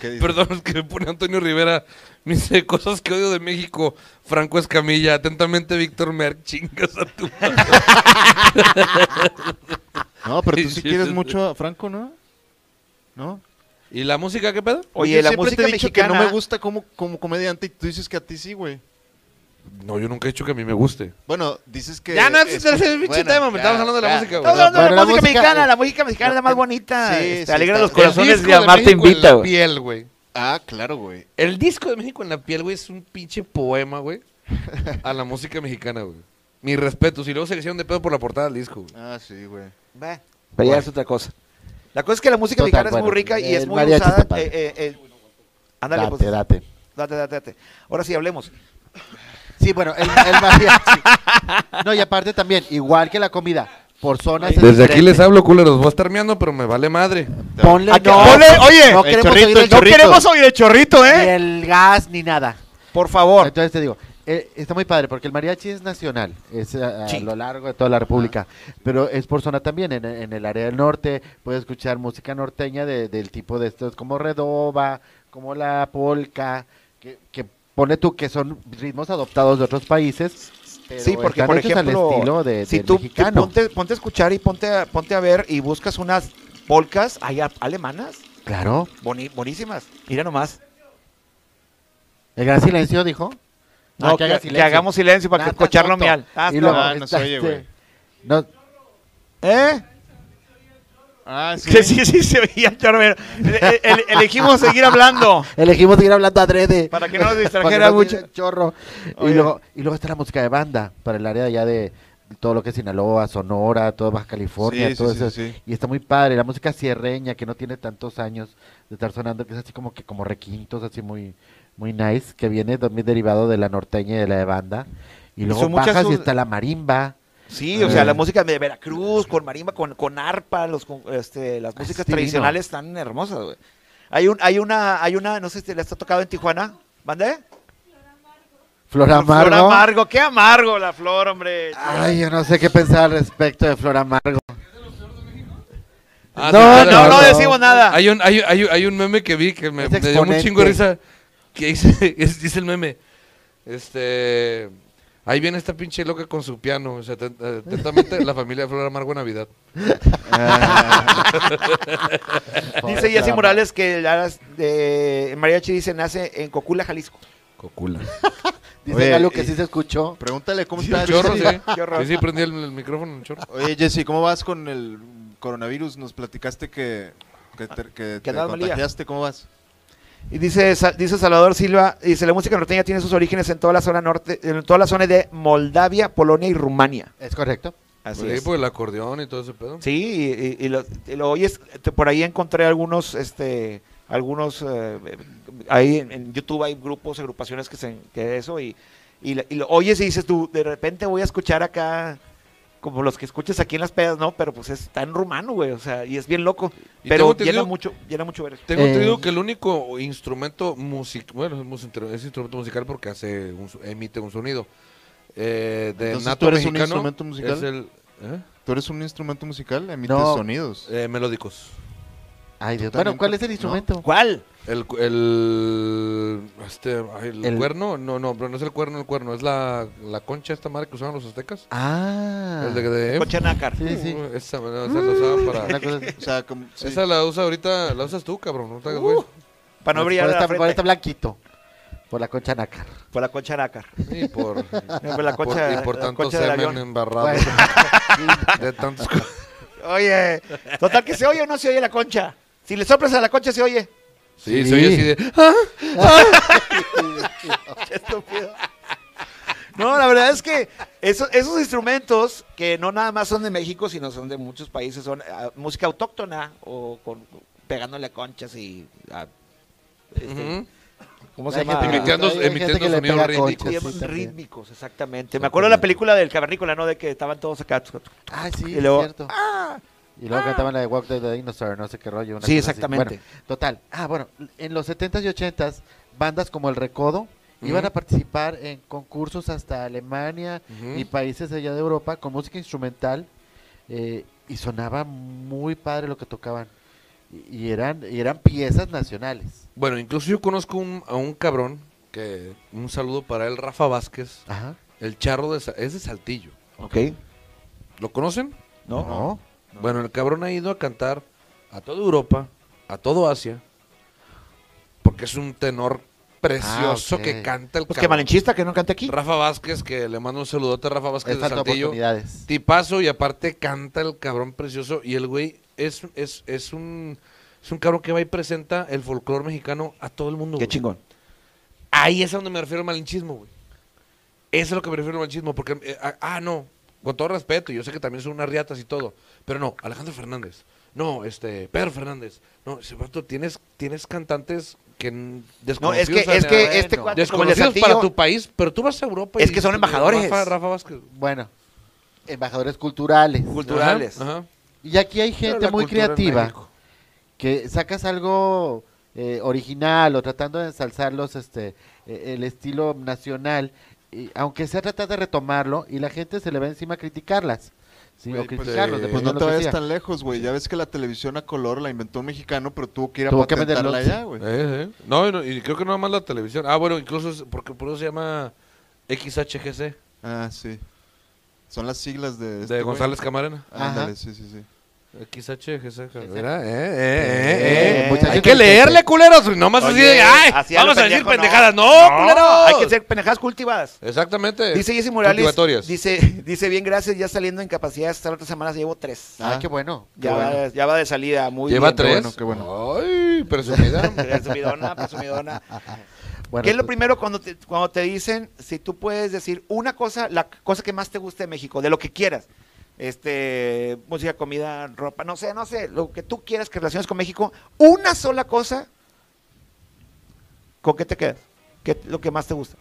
¿qué dices?
Perdón, es que me pone Antonio Rivera. Me dice cosas que odio de México. Franco Escamilla, atentamente Víctor Merck, chingas a tu madre.
No, pero tú sí
Sí,
quieres
sí,
mucho a Franco, ¿no? ¿No?
¿Y la música qué pedo?
Oye,
Yo
la
siempre te
música
he dicho
mexicana.
que no me gusta como, como comediante y tú dices que a ti sí, güey.
No, yo nunca he dicho que a mí me guste.
Bueno, dices que...
Ya no,
es-
ese es el pinche
bueno,
tema, me
ya,
estamos hablando de la
ya.
música, güey.
Estamos hablando de
Pero
la
la
música
música-
mexicana, la música mexicana es la más bonita.
Sí,
este,
sí,
alegra
está-
los
el
corazones
disco
y amar te
México en
invita,
la
güey.
piel, güey.
Ah, claro, güey.
El disco de México en la piel, güey, es un pinche poema, güey. A la música mexicana, güey. Mi respeto. Si luego se hicieron de pedo por la portada del disco, güey.
Ah, sí, güey.
Bah, Pero ya es otra cosa. La cosa es que la música
Total,
mexicana es muy
bueno,
rica y
el
es muy
mariachi
usada.
está padre.
eh, eh, eh, Ándale, pues.
Date, date.
Date, date, date. Ahora sí, hablemos.
Sí, bueno, el, el mariachi. No, y aparte también, igual que la comida, por zonas. es
Desde aquí
diferente.
les hablo, culeros. Voy a estar meando, pero me vale madre.
Ponle,
Aquí-
no,
ponle- oye,
no
el
queremos
chorrito,
oír el
el chorrito.
oír el chorrito, ¿eh?
Ni el gas, ni nada.
Por favor.
Entonces te digo, eh, está muy padre porque el mariachi es nacional, es eh, a, a
Sí.
lo largo de toda la República, pero es por zona también, en, en el área del norte puedes escuchar música norteña de- del tipo de estos como redoba, como la polca, que, que pone tú que son ritmos adoptados de otros países. pero
Sí, porque
están
por
hechos al
ejemplo,
estilo de,
si
del
tú, tú
mexicano.
ponte, ponte a escuchar y ponte a, ponte a ver y buscas unas polcas ahí a- alemanas
Claro,
boni- buenísimas. Mira nomás.
el gran silencio dijo. Ah,
No, que,
haga
que
silencio.
hagamos silencio para
Ah,
que
estás
escucharlo
tonto.
mial. Ah,
Y
no.
luego
Ah, no se
está,
oye,
este,
güey.
no,
¿Eh?
Ah, sí.
Que sí, sí, se veía el chorro. El- el- el- elegimos seguir hablando.
Elegimos seguir hablando adrede.
Para que no nos distrajera
Para que no nos
mucho.
diera Chorro. Y
Oye.
luego, y luego está la música de banda para el área de allá de todo lo que es Sinaloa, Sonora, toda Baja California,
Sí, sí,
todo
sí,
eso.
sí, sí.
Y está muy padre. La música sierreña que no tiene tantos años de estar sonando, que es así como que como requintos, así muy, muy nice, que viene también derivado de la norteña y de la de banda. Y
Y
luego
son muchas
bajas y
sus-
está la marimba.
Sí, o sea,
Eh.
la música de Veracruz, con marimba, con, con arpa, los, con- este, las músicas
divino.
tradicionales están hermosas, güey. Hay, un, hay una, hay una, no sé si les ha tocado en Tijuana, ¿mande?
Flor Amargo.
Flor amargo, qué amargo la flor, hombre.
Ay, yo no sé qué pensar al respecto de Flor Amargo.
Ah, sí,
No,
claro,
no, no,
claro.
decimos nada.
Hay un, hay, hay- hay un meme que vi que me,
Es
me dio un
exponente.
chingo de risa. Que dice, es- dice el meme. Este. Ahí viene esta pinche loca con su piano. O sea, atent- atentamente, la familia de Flor Amargo en Navidad.
Dice Jesse
Flor
Morales que la, de Mariachi dice nace en Cocula, Jalisco.
Cocula.
Amargo. Dice
Oye, eh,
Galo que
y-
sí se escuchó.
Pregúntale cómo
El
estás.
chorro, sí.
Jesse.
Qué horror.
¿eh? Sí, sí, prendí el, el micrófono en el chorro.
Oye, Jesse, ¿cómo vas con el coronavirus? Nos platicaste que, que te, que te
andabas malilla.
contagiaste. ¿Cómo vas?
Y dice, Sa- dice Salvador Silva, dice la música norteña tiene sus orígenes en toda la zona norte, en toda la zona de Moldavia, Polonia y Rumania.
Es correcto.
Así
Sí,
es.
por el acordeón y todo ese pedo.
Pues, Sí, y, y- y lo, y lo oyes, te- por ahí encontré algunos, este, algunos, eh, ahí en, en YouTube hay grupos, agrupaciones que se, que eso, y, y, la- y lo oyes y dices tú, de repente voy a escuchar acá, como los que escuchas aquí en las pedas, ¿no? Pero pues está en rumano, güey, o sea, y es bien loco,
Y tengo
pero llena
entendido-
mucho, llena mucho ver eso.
Tengo
Eh.
entendido que el único instrumento musical, bueno, es, mus- es instrumento musical porque hace un su- emite un sonido. Eh, de
Entonces,
nato
¿tú eres un
mexicano,
instrumento musical?
Es el, ¿eh?
¿Tú eres un instrumento musical? ¿Emites
No.
sonidos?
Eh, melódicos.
Ay, Dios.
también
Bueno, ¿cuál
co-
es el
no.
instrumento?
¿Cuál?
El, cu- el, este, ay, el,
El-
cuerno, no, no, pero no es el cuerno, el cuerno, es la, la concha esta madre que usaban los aztecas.
Ah.
El de, de-
Concha nácar.
Sí, sí, sí.
Uh, Esa, bueno, esa la usaban para...
Una cosa-
O sea, como, sí.
Esa la usa ahorita, la usas tú, cabrón, no te hagas güey.
Para no brillar
por, Pues,
la
esta, por
frente.
esta blanquito. Por la concha nácar.
Por la concha nácar.
Y por,
Por la
por-
concha,
y por
la
tanto
concha del
semen
avión.
embarrado
Bueno,
de tantos... co-
Oye, total que se oye o no se oye la concha. Si le soplas a la concha se oye.
Sí,
Sí.
se oye así de... "Ah".
No, la verdad es que eso- esos instrumentos que no nada más son de México, sino son de muchos países, son ah, música autóctona o con, pegándole a conchas y ah, este,
Ujú.
¿Cómo se
Hay
llama?
gente que-
Emitiendo-
hay gente
emitiendo
que le
sonidos
pega
rítmicos.
Se
conchas,
llaman
sí, también.
rítmicos, exactamente. Me acuerdo de la película del cavernícola, ¿no? De que estaban todos acá.
Ah, sí,
Y luego,
es cierto. ¡ah! y luego cantaban la de Walk the Dinosaur, no sé qué rollo. una
Sí,
cosa así.
exactamente.
Bueno, total. Ah, bueno, en los 70s y 80s, bandas como El Recodo iban a participar en concursos hasta Alemania
Ujú.
y países allá de Europa con música instrumental eh, y sonaba muy padre lo que tocaban. Y, y eran, y eran piezas nacionales.
Bueno, incluso yo conozco un- a un cabrón que un saludo para él, Rafa Vázquez,
Ajá.
el charro de Sa- es de Saltillo.
Ok.
¿Lo conocen?
¿No?
No.
Bueno, el cabrón ha ido a cantar a toda Europa, a todo Asia, porque es un tenor precioso
Ah, ok.
que canta el
Pues que
cabrón.
malenchista que no cante aquí.
Rafa Vázquez, que le mando un saludote a Rafa Vázquez
Les
de
faltan
Saltillo.
oportunidades.
Tipazo y aparte canta el cabrón precioso y el güey es, es, es un es un cabrón que va y presenta el folclore mexicano a todo el mundo.
Qué
güey.
chingón.
Ahí es a donde me refiero al malinchismo, güey. Eso es lo que me refiero al malinchismo, porque, eh, ah, ah, no, con todo respeto, yo sé que también son unas riatas y todo, pero no, Alejandro Fernández, no, este, Pedro Fernández, no, ese vato, tienes, tienes cantantes que n-
No, es
desconocidos,
que,
a-
es que este cuate, como el de
desconocidos para
Saltillo,
tu país, pero tú vas a Europa
Es que son embajadores.
Rafa, Rafa Vázquez.
Bueno, embajadores culturales.
culturales.
Ajá, ajá.
Y aquí hay
Pero
gente
la
muy
cultura en
creativa
México.
que sacas algo eh, original o tratando de ensalzar los, este, eh, el estilo nacional, y aunque sea tratar de retomarlo y la gente se le va encima a criticarlas. Sí,
Güey,
o
pues,
criticarlos,
eh,
Pues no
dependiendo
te
de lo que
vayas
sea.
tan lejos, güey. Ya ves que la televisión a color la inventó un mexicano, pero tuvo que ir a
Tuvo que
patentarla
venderlo,
allá, güey.
Eh, eh. No, y no, y creo que no más la televisión. Ah, bueno, incluso, es- porque por eso se llama XHGC,
Ah, sí. Son las siglas de... este
de
güey.
González Camarena.
Ándale,
Ajá.
sí, sí, sí.
XH,
Mira,
eh, eh,
eh,
muchacho
Hay que
inteligente.
leerle, culeros. y No más así de,
Oye,
ay,
así a lo
vamos a decir
pendejo, no.
pendejadas. No,
No,
culeros.
Hay que ser pendejadas cultivadas.
Exactamente.
Dice Jesse Morales.
Cultivatorias.
Dice, dice bien, gracias, ya saliendo en capacidad. Hasta la otra semana se llevo tres.
Ah,
Ah.
qué bueno.
ya,
qué
va,
bueno.
ya va de salida, muy
Lleva
bien.
tres.
bueno, qué bueno.
Ay, presumida.
Presumidona, presumidona.
Bueno, pues,
¿Qué es lo
tú-
primero cuando te, cuando te dicen si tú puedes decir una cosa, la cosa que más te guste de México, de lo que quieras? Este, música, comida, ropa, no sé, no sé, lo que tú quieras que relaciones con México, una sola cosa, ¿con qué te quedas? ¿Qué lo que más te gusta?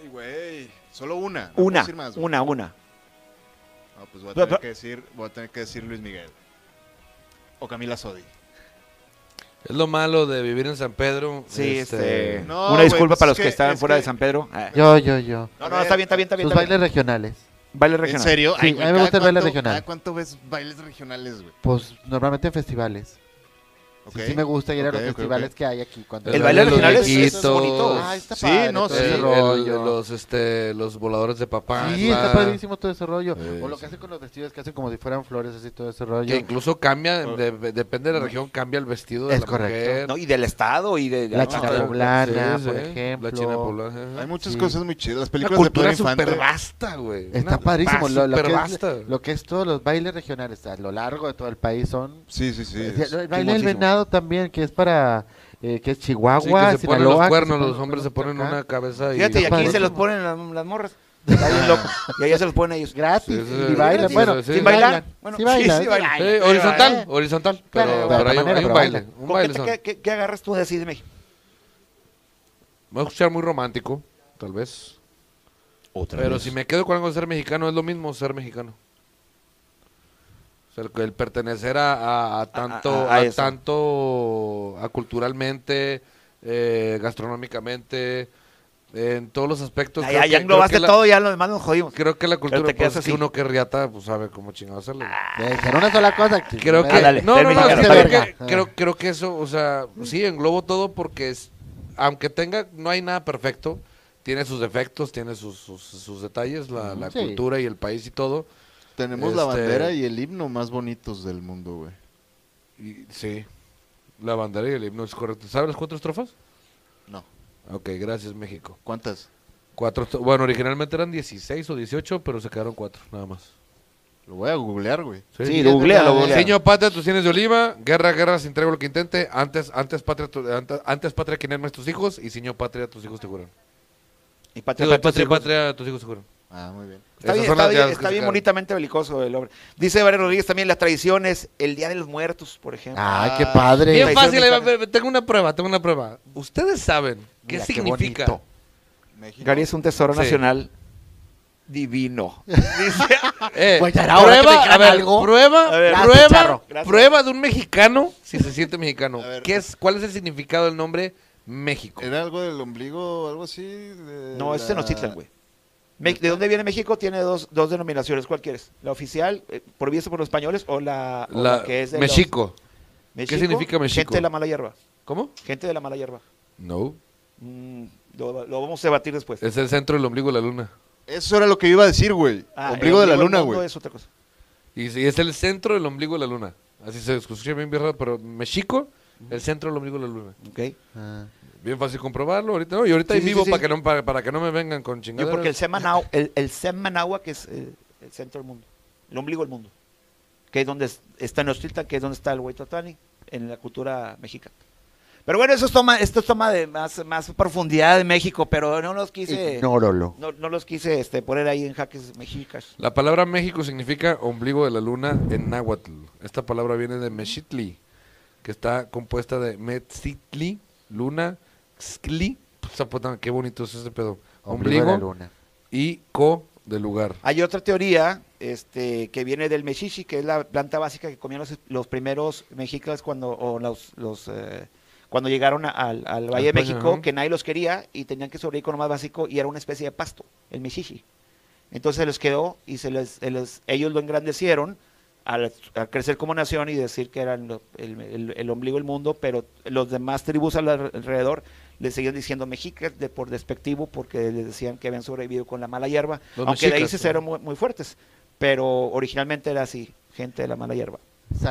Ay, güey. Solo una. no puedo
Una,
decir más, güey.
una, una.
No, pues voy a
Pero-
tener
pero-
que decir, voy a tener que decir Luis Miguel. O Camila Sodi.
Es lo malo de vivir en San Pedro.
Sí, este,
No,
una
güey,
disculpa
pues
para
es
los que,
que-
estaban
es
fuera de
que-
San Pedro. Ah,
Yo, yo, yo.
No, no, está bien, está bien, está bien.
Los
está bien.
bailes regionales.
Baile
¿En
regional.
serio?
Sí, a mí me
cada
gusta el baile
cuánto-
regional.
cada ¿Cuánto ves bailes regionales, güey?
Pues normalmente en festivales. Sí,
Ok.
sí me gusta ir a los
Ok, ok,
festivales
ok.
que hay aquí. Cuando
El baile
de los
regional es- es
viejitos,
bonito.
Ah, está
Sí,
padre
no,
todo
sí,
ese
el-
rollo.
los, este, los voladores de papá.
Sí, está padrísimo todo ese rollo.
Sí,
o lo
sí.
que hacen con los vestidos que hacen como si fueran flores, así todo ese rollo.
Que incluso cambia, de- de- depende de la región, cambia el vestido de
Es
la
correcto.
mujer.
No, y del estado y de
La
no,
china
claro.
poblana,
Sí,
por
sí,
ejemplo.
La china poblana. ajá.
Hay muchas
Sí.
cosas muy chidas. Las
Una
películas de Pedro
cultura
Infante.
súper vasta, güey.
Está padrísimo. Lo, lo que es,
vasta.
lo que es todos los bailes regionales a lo largo de todo el país son. eh,
Sí, sí, sí.
Es- el baile del
chingoncísimo.
venado también, que es para. eh, que es
Sí,
Chihuahua,
que se ponen
Sinaloa.
los
que
cuernos,
se
los hombres se ponen
acá.
una cabeza y...
Fíjate, y aquí
padre.
se los ponen las, las morras. Está bien loco. Y allá se los ponen ellos.
Gratis.
Sí, sí,
y
sí,
bailan.
sí,
bueno,
sí,
sí
sí.
bailan.
Bueno,
sí bailan.
sí, sí bailan.
Sí,
Ay,
horizontal,
pero,
horizontal, pero,
Claro, de
pero
otra
hay, un-
manera,
hay un
pero
baile,
baila.
un
¿Con qué,
baile
te-
son.
qué- qué- qué agarras tú de así de México?
Va a escuchar muy romántico, tal vez. pero si me quedo con algo de ser mexicano, es lo mismo ser mexicano. O sea, el, el pertenecer a, a- a tanto, a,
a- a eso.
tanto, a culturalmente, eh, gastronómicamente, en todos los aspectos.
Ya,
creo
ya,
que-
ya
creo que
englobaste
la-
todo, ya lo demás nos jodimos.
Creo que la cultura,
te quedas
pues, es que
así.
uno que es riata, pues sabe cómo chingado hacerlo.
Te dijeron Ah, una sola cosa.
Creo
me
que.
Ah, dale,
no, no, no,
termina,
es que
dale,
creo, que,
verga.
creo, creo que eso, o sea, sí, englobo todo porque es, aunque tenga, no hay nada perfecto, tiene sus defectos, tiene sus, sus, sus detalles, la, la
Sí.
cultura y el país y todo.
Tenemos la
Este-
bandera y el himno más bonitos del mundo, güey.
Y, sí, la bandera y el himno es correcto. ¿Sabes las cuatro estrofas?
No.
Ok, gracias, México.
¿Cuántas?
Cuatro, estro- bueno, originalmente eran 16 o 18, pero se quedaron cuatro, nada más.
Lo voy a googlear, güey.
Sí, googlealo,
Señor
googlealo.
patria, tus tienes de oliva, guerra, guerra, sin entrego lo que intente, antes, antes patria, tu- antes, antes patria, quien armas tus hijos, y señor patria, tus hijos te juran.
Y
Digo, patria, patria, tus hijos se juran.
Ah, muy bien.
Está
Esas
bien,
son
está
las
bien,
que
está bien
sacaron.
bonitamente belicoso el hombre. Dice Valerio Rodríguez también las tradiciones, el Día de los Muertos, por ejemplo.
Ay, qué
Ah,
padre.
Bien
Traición
fácil, ahí va,
mexicana.
ve- ve- tengo una prueba, tengo una prueba. Ustedes saben qué
Mira,
significa.
bonito.
México.
Gary es un tesoro
Sí.
nacional divino.
Eh,
Güey, ya era hora que me
prueba,
dijeran
a ver,
algo.
prueba,
A ver.
prueba,
Gracias, Charro.
prueba, prueba de un mexicano si se siente mexicano.
A ver.
¿Qué es, ¿Cuál es el significado del nombre México?
¿Era algo del ombligo algo así? de
No, es
la-
Tenochtitlan, güey. Me- ¿De dónde viene México? Tiene dos, dos denominaciones. ¿Cuál quieres? ¿La oficial, eh, por vista por los españoles, o la, o
La-
la que es de los-
Mexico.
México,
significa México?
Gente de la mala hierba.
¿Cómo?
Gente de la mala hierba.
No.
Mm, lo, lo vamos a debatir después.
Es el centro del ombligo de la luna.
Eso era lo que yo iba a decir, güey.
Ah,
ombligo de
el
la
ombligo del
luna,
mundo
güey.
Es otra cosa.
Y, sí, es el centro del ombligo de la luna. Así se escucha bien, bien raro, pero México, el centro del ombligo de la luna.
Okay.
Ah.
Bien fácil comprobarlo ahorita. No, y ahorita
Sí,
en
sí,
vivo
sí, sí.
Para, que no, para, para que no me vengan con
Yo,
chingaderas.
porque el Semanau, el, el Semanagua, que es el, el centro del mundo, el ombligo del mundo, que es donde es- está Tenochtitlan, que es donde está el Huaytatani, en la cultura mexicana. Pero bueno, eso es toma, esto es toma de más, más profundidad de México, pero no los quise, no.
Ignóralo.
no los quise este, poner ahí en jaques mexicas.
La palabra México significa ombligo de la luna en náhuatl. Esta palabra viene de Mexitli, que está compuesta de Metzitli, luna, Xtli. O sea, puta, qué bonito es ese pedo.
Ombligo de la
Ombligo
luna.
y co de lugar.
Hay otra teoría este, que viene del mechichi, que es la planta básica que comían los, los primeros mexicas cuando, o los, los, eh, cuando llegaron a- al, al Valle de
España,
México,
ajá.
que nadie los quería y tenían que sobrevivir con lo más básico y era una especie de pasto, el mechichi. Entonces se les quedó y se les, se les- ellos lo engrandecieron al, al crecer como nación y decir que eran lo- el, el- el ombligo del mundo, pero los demás tribus al- alrededor les seguían diciendo mexicas de, por despectivo porque les decían que habían sobrevivido con la mala hierba,
Los
aunque de ahí
mexicas,
se
¿no?
hicieron muy, muy fuertes, pero originalmente era así, gente de la mala hierba.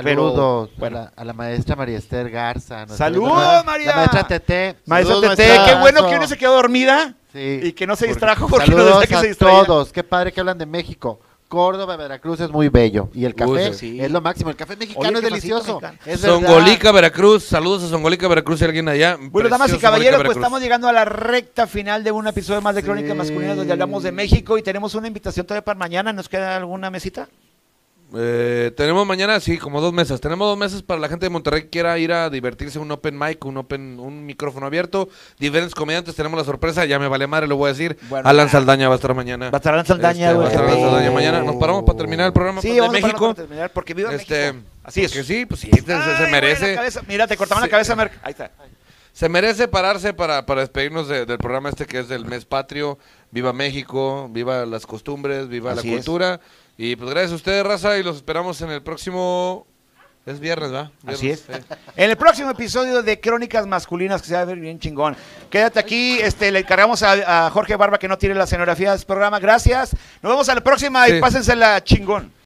Saludos
Pero, bueno.
a, la, a la maestra María Esther Garza. nuestra
¡Saludos,
directora.
María!
La maestra Tete.
Maestra
Saludos,
Tete,
maestra.
qué bueno que uno se quedó dormida
Sí.
y que no se distrajo porque no
Saludos
decía que
a
se distraía.
todos. Qué padre que hablan de México. Córdoba, Veracruz es muy bello. Y el café
Uy,
sí.
es lo máximo. El café mexicano
Oye,
es
qué pasito
delicioso.
mexicano.
Es
Songolica, Veracruz. Saludos a Songolica, Veracruz. Si alguien allá.
Bueno, damas y
Precioso
caballeros,
Songolica,
pues
Veracruz.
estamos llegando a la recta final de un episodio más de Crónicas
Sí.
Masculinas, donde hablamos de México y tenemos una invitación todavía para mañana. ¿Nos queda alguna mesita?
Eh, tenemos mañana, sí, como dos mesas. Tenemos dos mesas para la gente de Monterrey que quiera ir a divertirse, un open mic, un open, un micrófono abierto. Diferentes comediantes, tenemos la sorpresa, ya me vale madre, lo voy a decir.
Bueno,
Alan
ya.
Saldaña va a estar mañana.
Va a estar Alan Saldaña,
Este, va
güey.
a estar Alan
Oh.
Saldaña mañana. Nos paramos para terminar el programa pues,
Sí,
de
vamos a parar
México.
para terminar, porque viva
Este,
México. Así es.
Que
Ay,
sí, pues sí, se- se,
güey, la
merece.
cabeza. Mira, te cortaban
Sí.
la cabeza, Merck. Ahí está.
Se merece pararse para, para despedirnos de- del programa este que es del mes patrio. Viva México, viva las costumbres, viva
Así
la
es.
cultura. Y pues gracias a ustedes, raza, y los esperamos en el próximo... Es viernes, ¿va?
Así es.
Viernes, sí.
En el próximo episodio de Crónicas Masculinas, que se va a ver bien chingón. Quédate aquí, este, le encargamos a, este a Jorge Barba que no tire la escenografía del programa. Gracias. Nos vemos a la próxima
Sí.
y pásensela chingón.